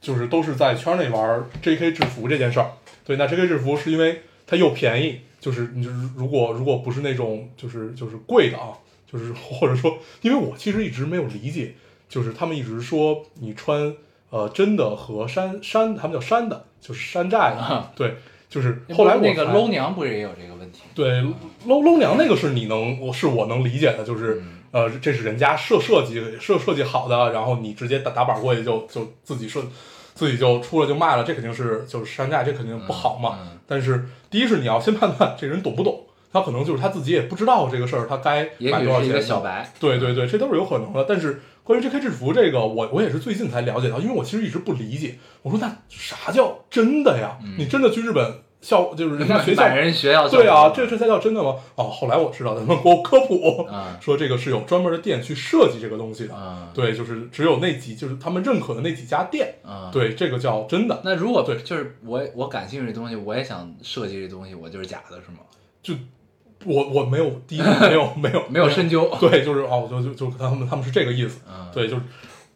就是都是在圈内玩儿 JK 制服这件事儿。对，那 JK 制服是因为它又便宜，就是你就是如果如果不是那种就是就是贵的啊，就是 *laughs* 或者说，因为我其实一直没有理解，就是他们一直说你穿呃真的和山山，他们叫山的，就是山寨的，对，就是后来我
啊那个
才
low 娘不是也有这个问题？
对，搂搂娘那个是你能，我是我能理解的，就是
嗯
呃，这是人家设设计设设计好的，然后你直接打打板过去就就自己设自己就出了就卖了，这肯定是就是山寨，这肯定不好嘛。
嗯嗯
但是第一是你要先判断这人懂不懂，他可能就是他自己也不知道这个事儿，他该
也
买
许
多少
是
钱。
一个小
*laughs*
白，
对对对，这都是有可能的。但是关于 JK 制服这个，我我也是最近才了解到，因为我其实一直不理解。我说那啥叫真的呀？你真的去日本校就是人家学
嗯
校
买人学校小
对啊，
白
这这才叫真的吗？哦，后来我知道，咱们给我科普，
嗯
说这个是有专门的店去设计这个东西的。
嗯
对，就是只有那几，就是他们认可的那几家店。
嗯。
对，这个叫真的。
那如果
对
就是我我感兴趣这东西，我也想设计这东西，我就是假的是吗？
就我我没有第一 *laughs* 个没有没有
没有深究，
对，就是哦，就就就他们他们是这个意思。
嗯
对，就是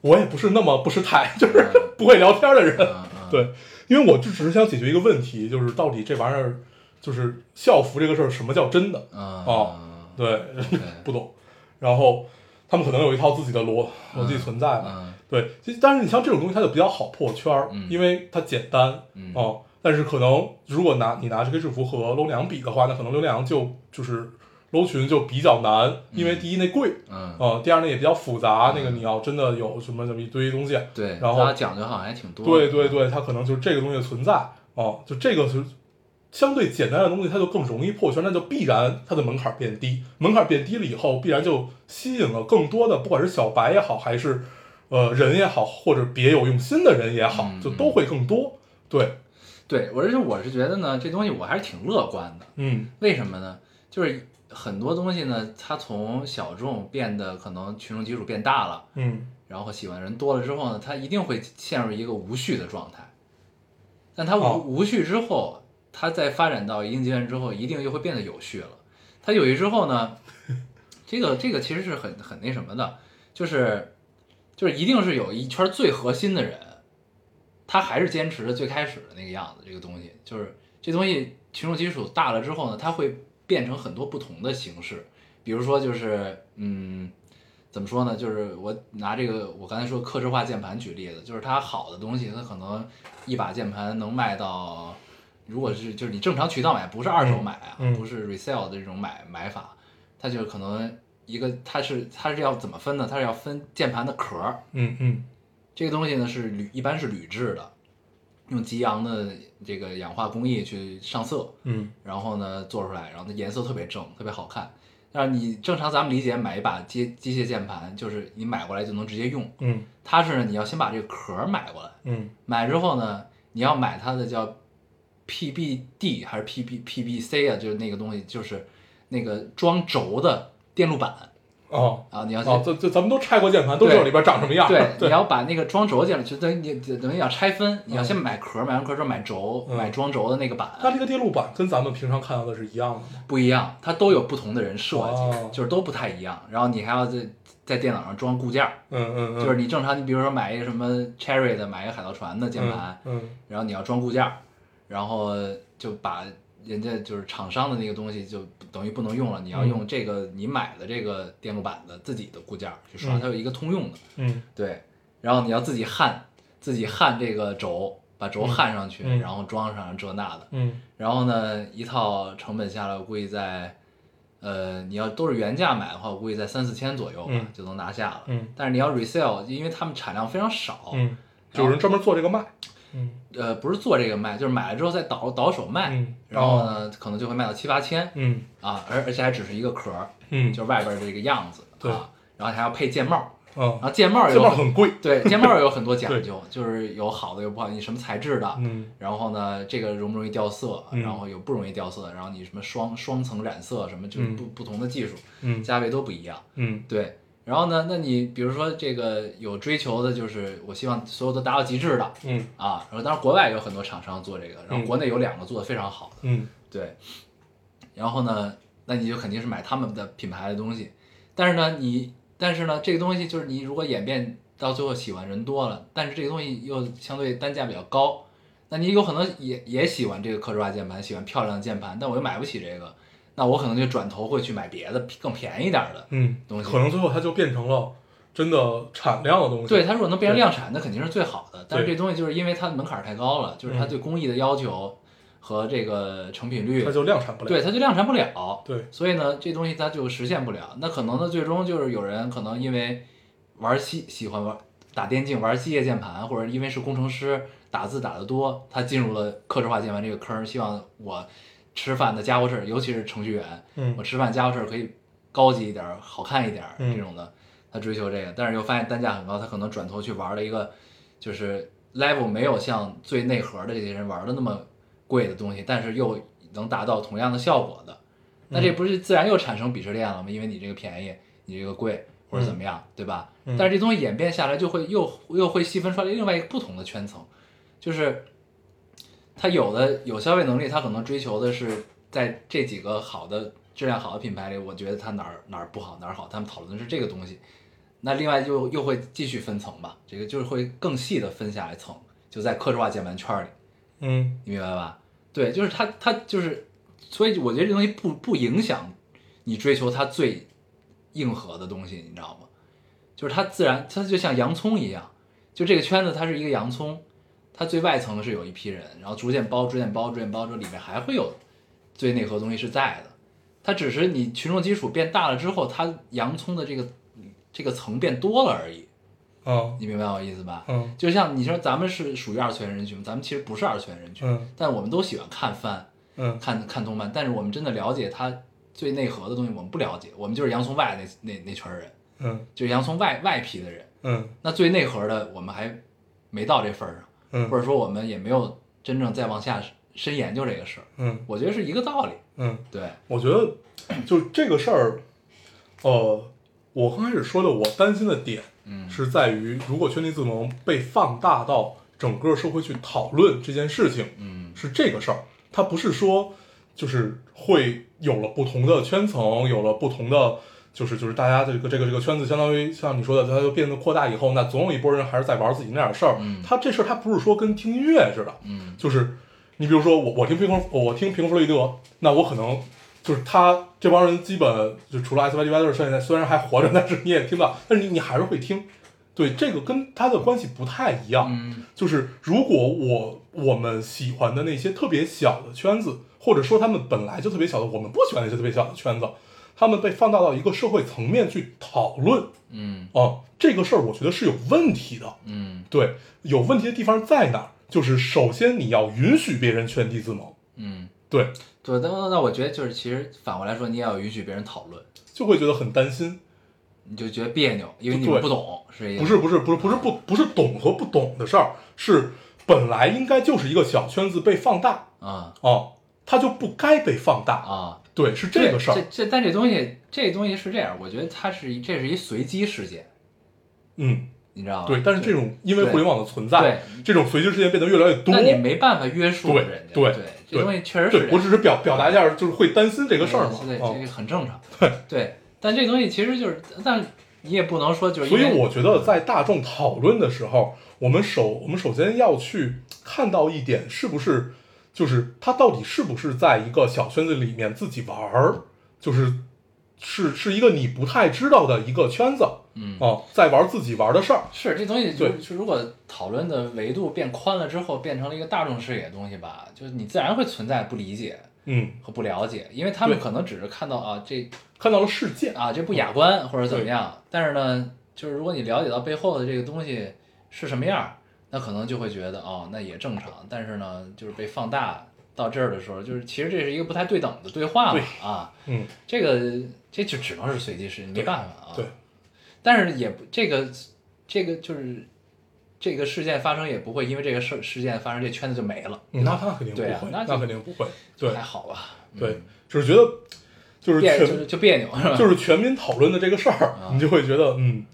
我也不是那么不识抬，就是 *laughs*
嗯
不会聊天的人。
嗯嗯，
对，因为我就只是想解决一个问题，就是到底这玩意儿，就是校服这个事儿，什么叫真的？
嗯
哦对， *laughs* 不懂。然后他们可能有一套自己的逻逻辑存在吧。
嗯
对，其实但是你像这种东西，它就比较好破圈儿，
嗯
因为它简单
嗯
哦、但是可能如果拿你拿这个制服和楼娘比的话，那可能楼娘就就是楼裙就比较难，因为第一那贵，
嗯，
呃，第二那也比较复杂，那个
嗯
你要真的有什么这么一堆东西，
对，
然后
他讲究好像还挺多
对
的，
对对，它可能就是这个东西的存在哦，就这个是相对简单的东西，它就更容易破圈，那就必然它的门槛变低，门槛变低了以后，必然就吸引了更多的，不管是小白也好，还是呃人也好，或者别有用心的人也好
嗯，
就都会更多。对，
对，我是我是觉得呢，这东西我还是挺乐观的。
嗯
为什么呢？就是很多东西呢，它从小众变得可能群众基础变大了，
嗯，
然后喜欢的人多了之后呢，它一定会陷入一个无序的状态。但它无、
哦
无序之后，它在发展到一定阶段之后，一定又会变得有序了。它有序之后呢，这个这个其实是很很那什么的，就是就是一定是有一圈最核心的人，他还是坚持着最开始的那个样子。这个东西就是这东西群众基础大了之后呢，它会变成很多不同的形式，比如说就是嗯。怎么说呢？就是我拿这个我刚才说客制化键盘举例子，就是它好的东西，它可能一把键盘能卖到，如果是就是你正常渠道买，不是二手买啊，
嗯嗯
不是 resale 的这种买买法，它就可能一个它是它是要怎么分呢？它是要分键盘的壳儿，
嗯嗯
这个东西呢是铝，一般是铝制的，用极阳的这个氧化工艺去上色，
嗯
然后呢做出来，然后它颜色特别正，特别好看。但是你正常咱们理解买一把机机械键盘，就是你买过来就能直接用，
嗯
它是呢你要先把这个壳儿买过来，
嗯
买之后呢，你要买它的叫 PBD 还是 PB PBC 啊，就是那个东西，就是那个装轴的电路板
哦
啊，你要去
哦，这这咱们都拆过键盘，都知道
对
里边长什么样。
对，你
对，
要把那个装轴进来，就等于你等于要拆分，你要先买壳，买完壳之后买轴，
嗯
买装轴的那个板，
它这个电路板跟咱们平常看到的是一样的吗？
不一样，它都有不同的人设
哦
计，就是都不太一样。然后你还要在在电脑上装固件儿，
嗯嗯嗯，
就是你正常，你比如说买一个什么 Cherry 的，买一个海盗船的键盘，
嗯嗯
然后你要装固件儿，然后就把人家就是厂商的那个东西就等于不能用了，你要
嗯
用这个你买的这个电路板的自己的固件儿去刷，
嗯
它有一个通用的。
嗯
对，然后你要自己焊，自己焊这个轴，把轴焊上去，
嗯
然后装上这那的，
嗯
然后呢，一套成本下来，我估计在，呃，你要都是原价买的话，我估计在三四千左右吧，
嗯
就能拿下了。
嗯
但是你要 resale，因为他们产量非常少，
嗯有人专门做这个卖，嗯
呃，不是做这个卖，就是买了之后再倒倒手卖，哦
嗯，
然后呢，可能就会卖到七八千
嗯
啊，而而且还只是一个壳儿，
嗯，
就是外边儿这个样子
对
啊，然后还要配键帽儿，
嗯
然，后键帽儿
这
有
帽很贵，
对键帽儿有很多讲究，就是有好的有不好的，你什么材质的，
嗯
然后呢，这个容不容易掉色，
嗯
然后有不容易掉色，然后你什么双双层染色什么，就是
嗯
不不同的技术，
嗯
价位都不一样。
嗯
对，然后呢，那你比如说这个有追求的，就是我希望所有都达到极致的
嗯
啊。然后当然国外有很多厂商做这个，然后国内有两个做的非常好的，
嗯
对。然后呢，那你就肯定是买他们的品牌的东西，但是呢，你但是呢，这个东西就是你如果演变到最后喜欢人多了，但是这个东西又相对单价比较高，那你有可能也也喜欢这个科制化键盘，喜欢漂亮的键盘，但我又买不起这个，那我可能就转头会去买别的更便宜点儿的。
嗯，
东西
可能最后它就变成了真的产量的东西，
对，它如果能变成
对
量产，那肯定是最好的。但是
对
这东西就是因为它的门槛儿太高了，就是它
嗯
对工艺的要求和这个成品率，
它就量产不了，
对它就量产不了。
对
所以呢，这东西它就实现不了。那可能呢，最终就是有人可能因为玩西喜欢玩打电竞、玩机械键盘，或者因为是工程师打字打得多，他进入了克制化键盘这个坑儿。希望我吃饭的家伙事儿，尤其是程序员，
嗯
我吃饭家伙事儿可以高级一点儿、好看一点儿
嗯
这种的，他追求这个，但是又发现单价很高，他可能转头去玩了一个就是 level 没有像最内核的这些人玩的那么贵的东西，但是又能达到同样的效果的，那
嗯
这不是自然又产生鄙视链了吗？因为你这个便宜，你这个贵或者怎么样，对吧？
嗯
但是这东西演变下来，就会又又会细分出来另外一个不同的圈层，就是他有的有消费能力，他可能追求的是在这几个好的质量好的品牌里，我觉得它哪儿哪儿不好哪儿好，他们讨论的是这个东西。那另外又又会继续分层吧，这个就是会更细的分下来层，就在客制化键盘圈里，
嗯
你明白吧？对，就是它它就是，所以我觉得这东西不不影响你追求它最硬核的东西，你知道吗？就是它自然，它就像洋葱一样，就这个圈子它是一个洋葱，它最外层是有一批人，然后逐渐包、逐渐包、逐渐包，这里面还会有最内核的东西是在的。它只是你群众基础变大了之后，它洋葱的这个这个层变多了而已，
啊
你明白我意思吧？
嗯
就像你说咱们是属于二次元人群，咱们其实不是二次元人群，
嗯
但我们都喜欢看番、
嗯
看看动漫，但是我们真的了解它最内核的东西，我们不了解，我们就是洋葱外那那那群人，
嗯
就是洋葱外外皮的人。
嗯
那最内核的我们还没到这份儿上，
嗯
或者说我们也没有真正再往下深研究这个事儿。
嗯
我觉得是一个道理。
嗯。
对，
我觉得就这个事儿，呃，我刚开始说的，我担心的点，
嗯
是在于如果圈地自萌被放大到整个社会去讨论这件事情，
嗯
是这个事儿，它不是说就是会有了不同的圈层，有了不同的。就是就是大家这个这个这个圈子，相当于像你说的，它就变得扩大以后，那总有一波人还是在玩自己那点事儿。
嗯
他这事儿他不是说跟听音乐似的，
嗯
就是你比如说我我听平克我听平克弗洛伊德，那我可能就是他这帮人基本就除了 S Y D Y 的现在虽然还活着， *laughs* 但是你也听到，但是你你还是会听。对，这个跟他的关系不太一样。
嗯
就是如果我我们喜欢的那些特别小的圈子，或者说他们本来就特别小的，我们不喜欢那些特别小的圈子，他们被放大到一个社会层面去讨论
嗯
啊，这个事儿我觉得是有问题的。
嗯
对，有问题的地方在哪儿？就是首先你要允许别人圈地自萌，
嗯，
对，
对。那那我觉得就是，其实反过来说，你也要允许别人讨论，
就会觉得很担心。
你就觉得别扭，因为你
对
们不懂，是一个
不是不是不是不是不不是懂和不懂的事儿，是本来应该就是一个小圈子被放大
啊
啊，它就不该被放大。
啊。
对，是这个事
这
儿。
这但这东西这东西是这样，我觉得它是一这是一随机事件，
嗯，
你知道吗？
对。但是这种因为互联网的存在，
对
这种随机事件变得越来越多
那。你没办法约束
对
人家，
对
对，这
对
东西确实是
对
这，样
我只是表表达一下，就是会担心这个事儿嘛
对，
啊
这个很
*laughs*
正常。对但这东西其实就是，但你也不能说就是因
所
为，
以我觉得在大众讨论的时候，我们首我们首先要去看到一点是不是，就是他到底是不是在一个小圈子里面自己玩儿，就是是是一个你不太知道的一个圈子
嗯，
哦、在玩自己玩的事儿。
是这东西就
对
是如果讨论的维度变宽了之后，变成了一个大众视野的东西吧，就是你自然会存在不理解
嗯，
和不了解，因为他们
对
可能只是看到啊这
看到了世界，
啊这不雅观或者怎么样，但是呢，就是如果你了解到背后的这个东西是什么样儿，那可能就会觉得哦，那也正常。但是呢，就是被放大到这儿的时候，就是其实这是一个不太对等的对话嘛啊，
嗯，
这个这就只能是随机事件，没办法啊。
对，
但是也不这个这个就是这个事件发生也不会因为这个事事件发生，这圈子就没了，
嗯那他肯定不
对啊
会，
那
那
就
肯定不会，对
还好吧？
对，只是觉得就是
别就
全
是就别扭 *laughs* 是吧？
就是全民讨论的这个事儿
啊，
你就会觉得嗯，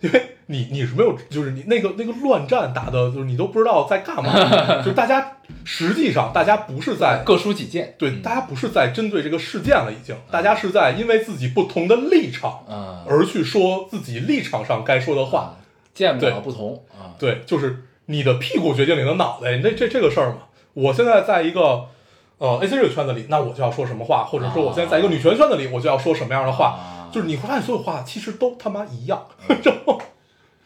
因为你你是没有，就是你那个那个乱战打的，就是你都不知道在干
*laughs*
嘛，就是大家实际上大家不是在
各抒己见，
对，
嗯啊
大家不是在针对这个事件了，已经，大家是在因为自己不同的立场
嗯，
而去说自己立场上该说的话。
啊见不了
对
不同啊，
对，就是你的屁股决定你的脑袋，这这这个事儿嘛。我现在在一个呃 A C 这个圈子里，那我就要说什么话，或者说我现在在一个女权圈子里，我就要说什么样的
啊
话，就是你会发现所有话其实都他妈一样，
嗯
*laughs* 然后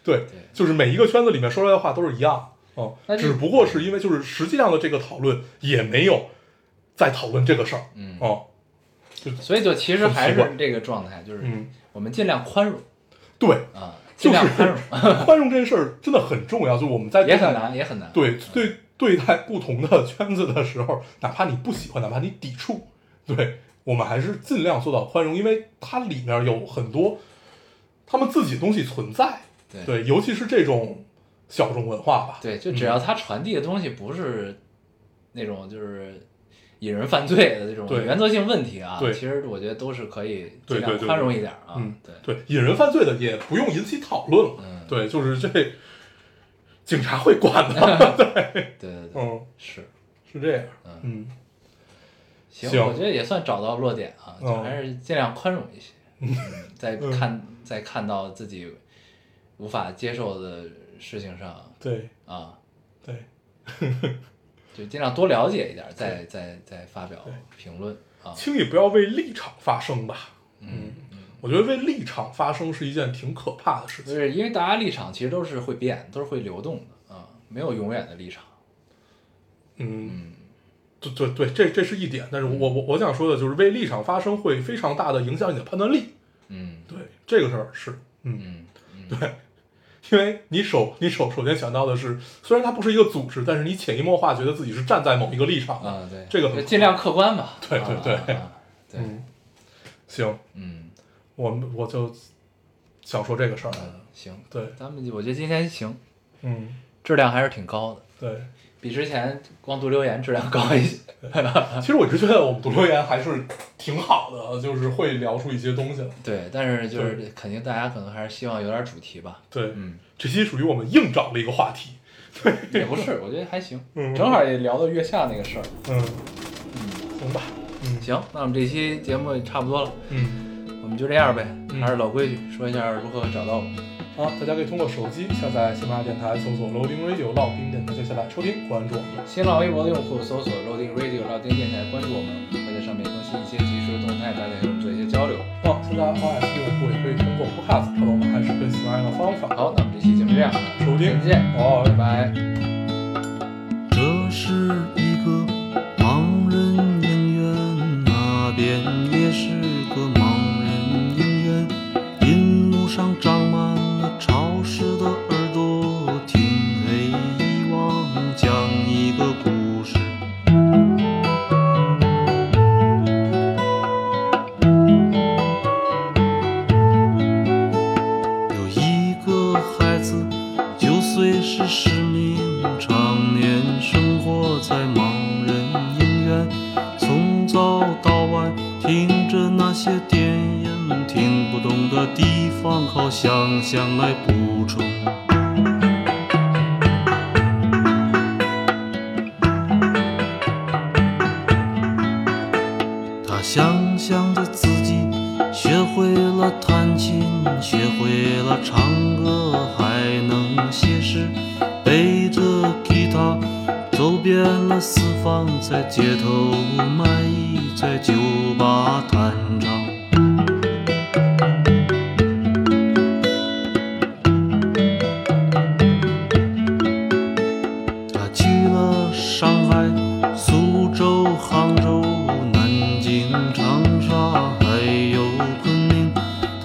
对，就是每一个圈子里面说出来的话都是一样，哦
那，就
只不过是因为就是实际上的这个讨论也没有在讨论这个事儿，
嗯
哦，
所以就其实还
很奇
是
怪
这个状态，就是
嗯，
我们尽量宽容
对，
啊，尽
就是
量宽容，
宽容这件事儿真的很重要，就我们在
也
*laughs* 对
很
待
难，也很难。啊
对对对待不同的圈子的时候，哪怕你不喜欢，哪怕你抵触，对我们还是尽量做到宽容，因为它里面有很多他们自己的东西存在，
对
对，嗯尤其是这种小众文化吧，
对，就只要他传递的东西不是那种就是引人犯罪的这种
对
原则性问题啊，
对
其实我觉得都是可以尽
对
量
对对
宽容一点啊
嗯。
对，
对，引人犯罪的也不用引起讨论了，
嗯
对，就是这警察会管的，对，
对对对，
*laughs* 嗯，
是
是这样，
嗯
嗯
行，
行
我觉得也算找到落点啊，就
嗯
还是尽量宽容一
*laughs*
些，嗯在看在看到自己无法接受的事情上
对
啊，
对，
就尽量多了解一点，再再再发表评论啊。
轻易不要为立场发声吧，嗯，我觉得为立场发声是一件挺可怕的事
就
情。
是因为大家立场其实都是会变，都是会流动的啊，没有永远的立场。
嗯，对对对，这这是一点。但是我我我想说的就是，为立场发声会非常大的影响你的判断力。
嗯
对这个事儿是，嗯，
嗯
因为你首你首首先想到的是，虽然它不是一个组织，但是你潜移默化觉得自己是站在某一个立场的。
啊，对，
这个很
就尽量客观吧。
*laughs* 对对对
啊啊啊对，
嗯，行，
嗯
我们我就想说这个事儿。
嗯，行，
对，
咱们就我觉得今天行，
嗯，
质量还是挺高的，
对。
比之前光读留言质量高一些。 *laughs*
其实我一直觉得我们读留言还是挺好的，就是会聊出一些东西来。
对，但是就是肯定大家可能还是希望有点主题
*laughs*
吧。
对，
嗯，
这期属于我们硬找了一个话题。
也不是，我觉得还行，
嗯
正好也聊到月下那个事儿。
嗯，行吧。嗯
行，那我们这期节目也差不多了。
嗯，
我们就这样呗，
嗯
还是老规矩，说一下如何找到我们。
啊，大家可以通过手机下载喜马拉雅电台，搜索 Loading Radio 烙饼电台就下来收听关注我们。
新浪微博的用户搜索 Loading Radio 老丁电台，关注我们，我们会在上面更新一些即时的动态，大家和我们做一些交流。
啊，现在 iOS 用户也可以通过 Podcast 找到我们，还是跟喜马拉雅的方法。
好，那我们这期节目这样，
收听
再见，
哦
拜拜。
这是一个盲人影院，那边也是个盲人影院。银幕上长满了潮湿的耳朵，听黑遗忘讲一个故事。有一个孩子，九岁时失明，常年生活在盲人影院，从早到晚听着那些电影，听不懂的地方靠想象来补充。他想象着自己学会了弹琴，学会了唱歌，还能写诗，背着吉他走遍了四方，在街头卖艺，在酒吧弹唱。他去了上海、苏州、杭州、南京、长沙，还有昆明、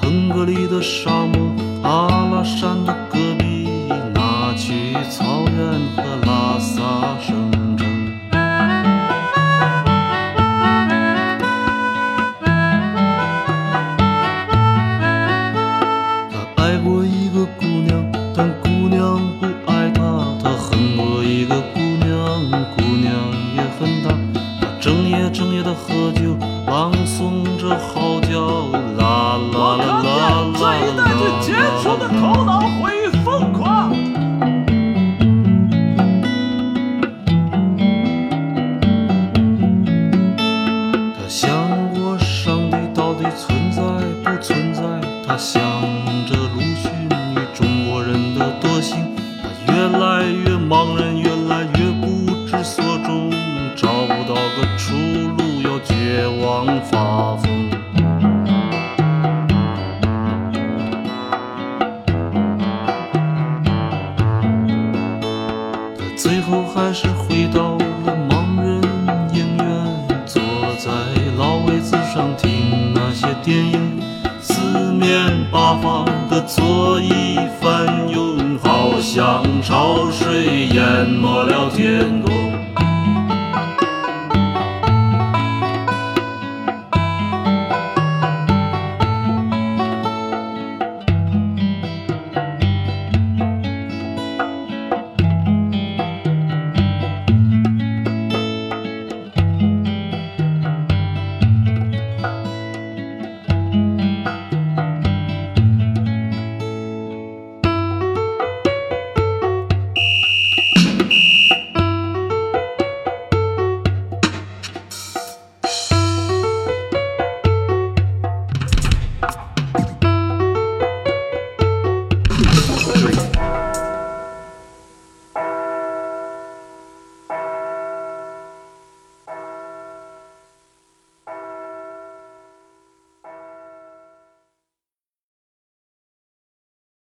腾格里的沙漠、阿拉善的戈壁，拿去草原他想着鲁迅与中国人的德行，他越来越茫然，越来越不知所终，找不到个出路，又绝望发疯。他最后还是回到了盲人影院，坐在老位子上听那些电影，四面八方的左翼翻涌，好像潮水淹没了天空。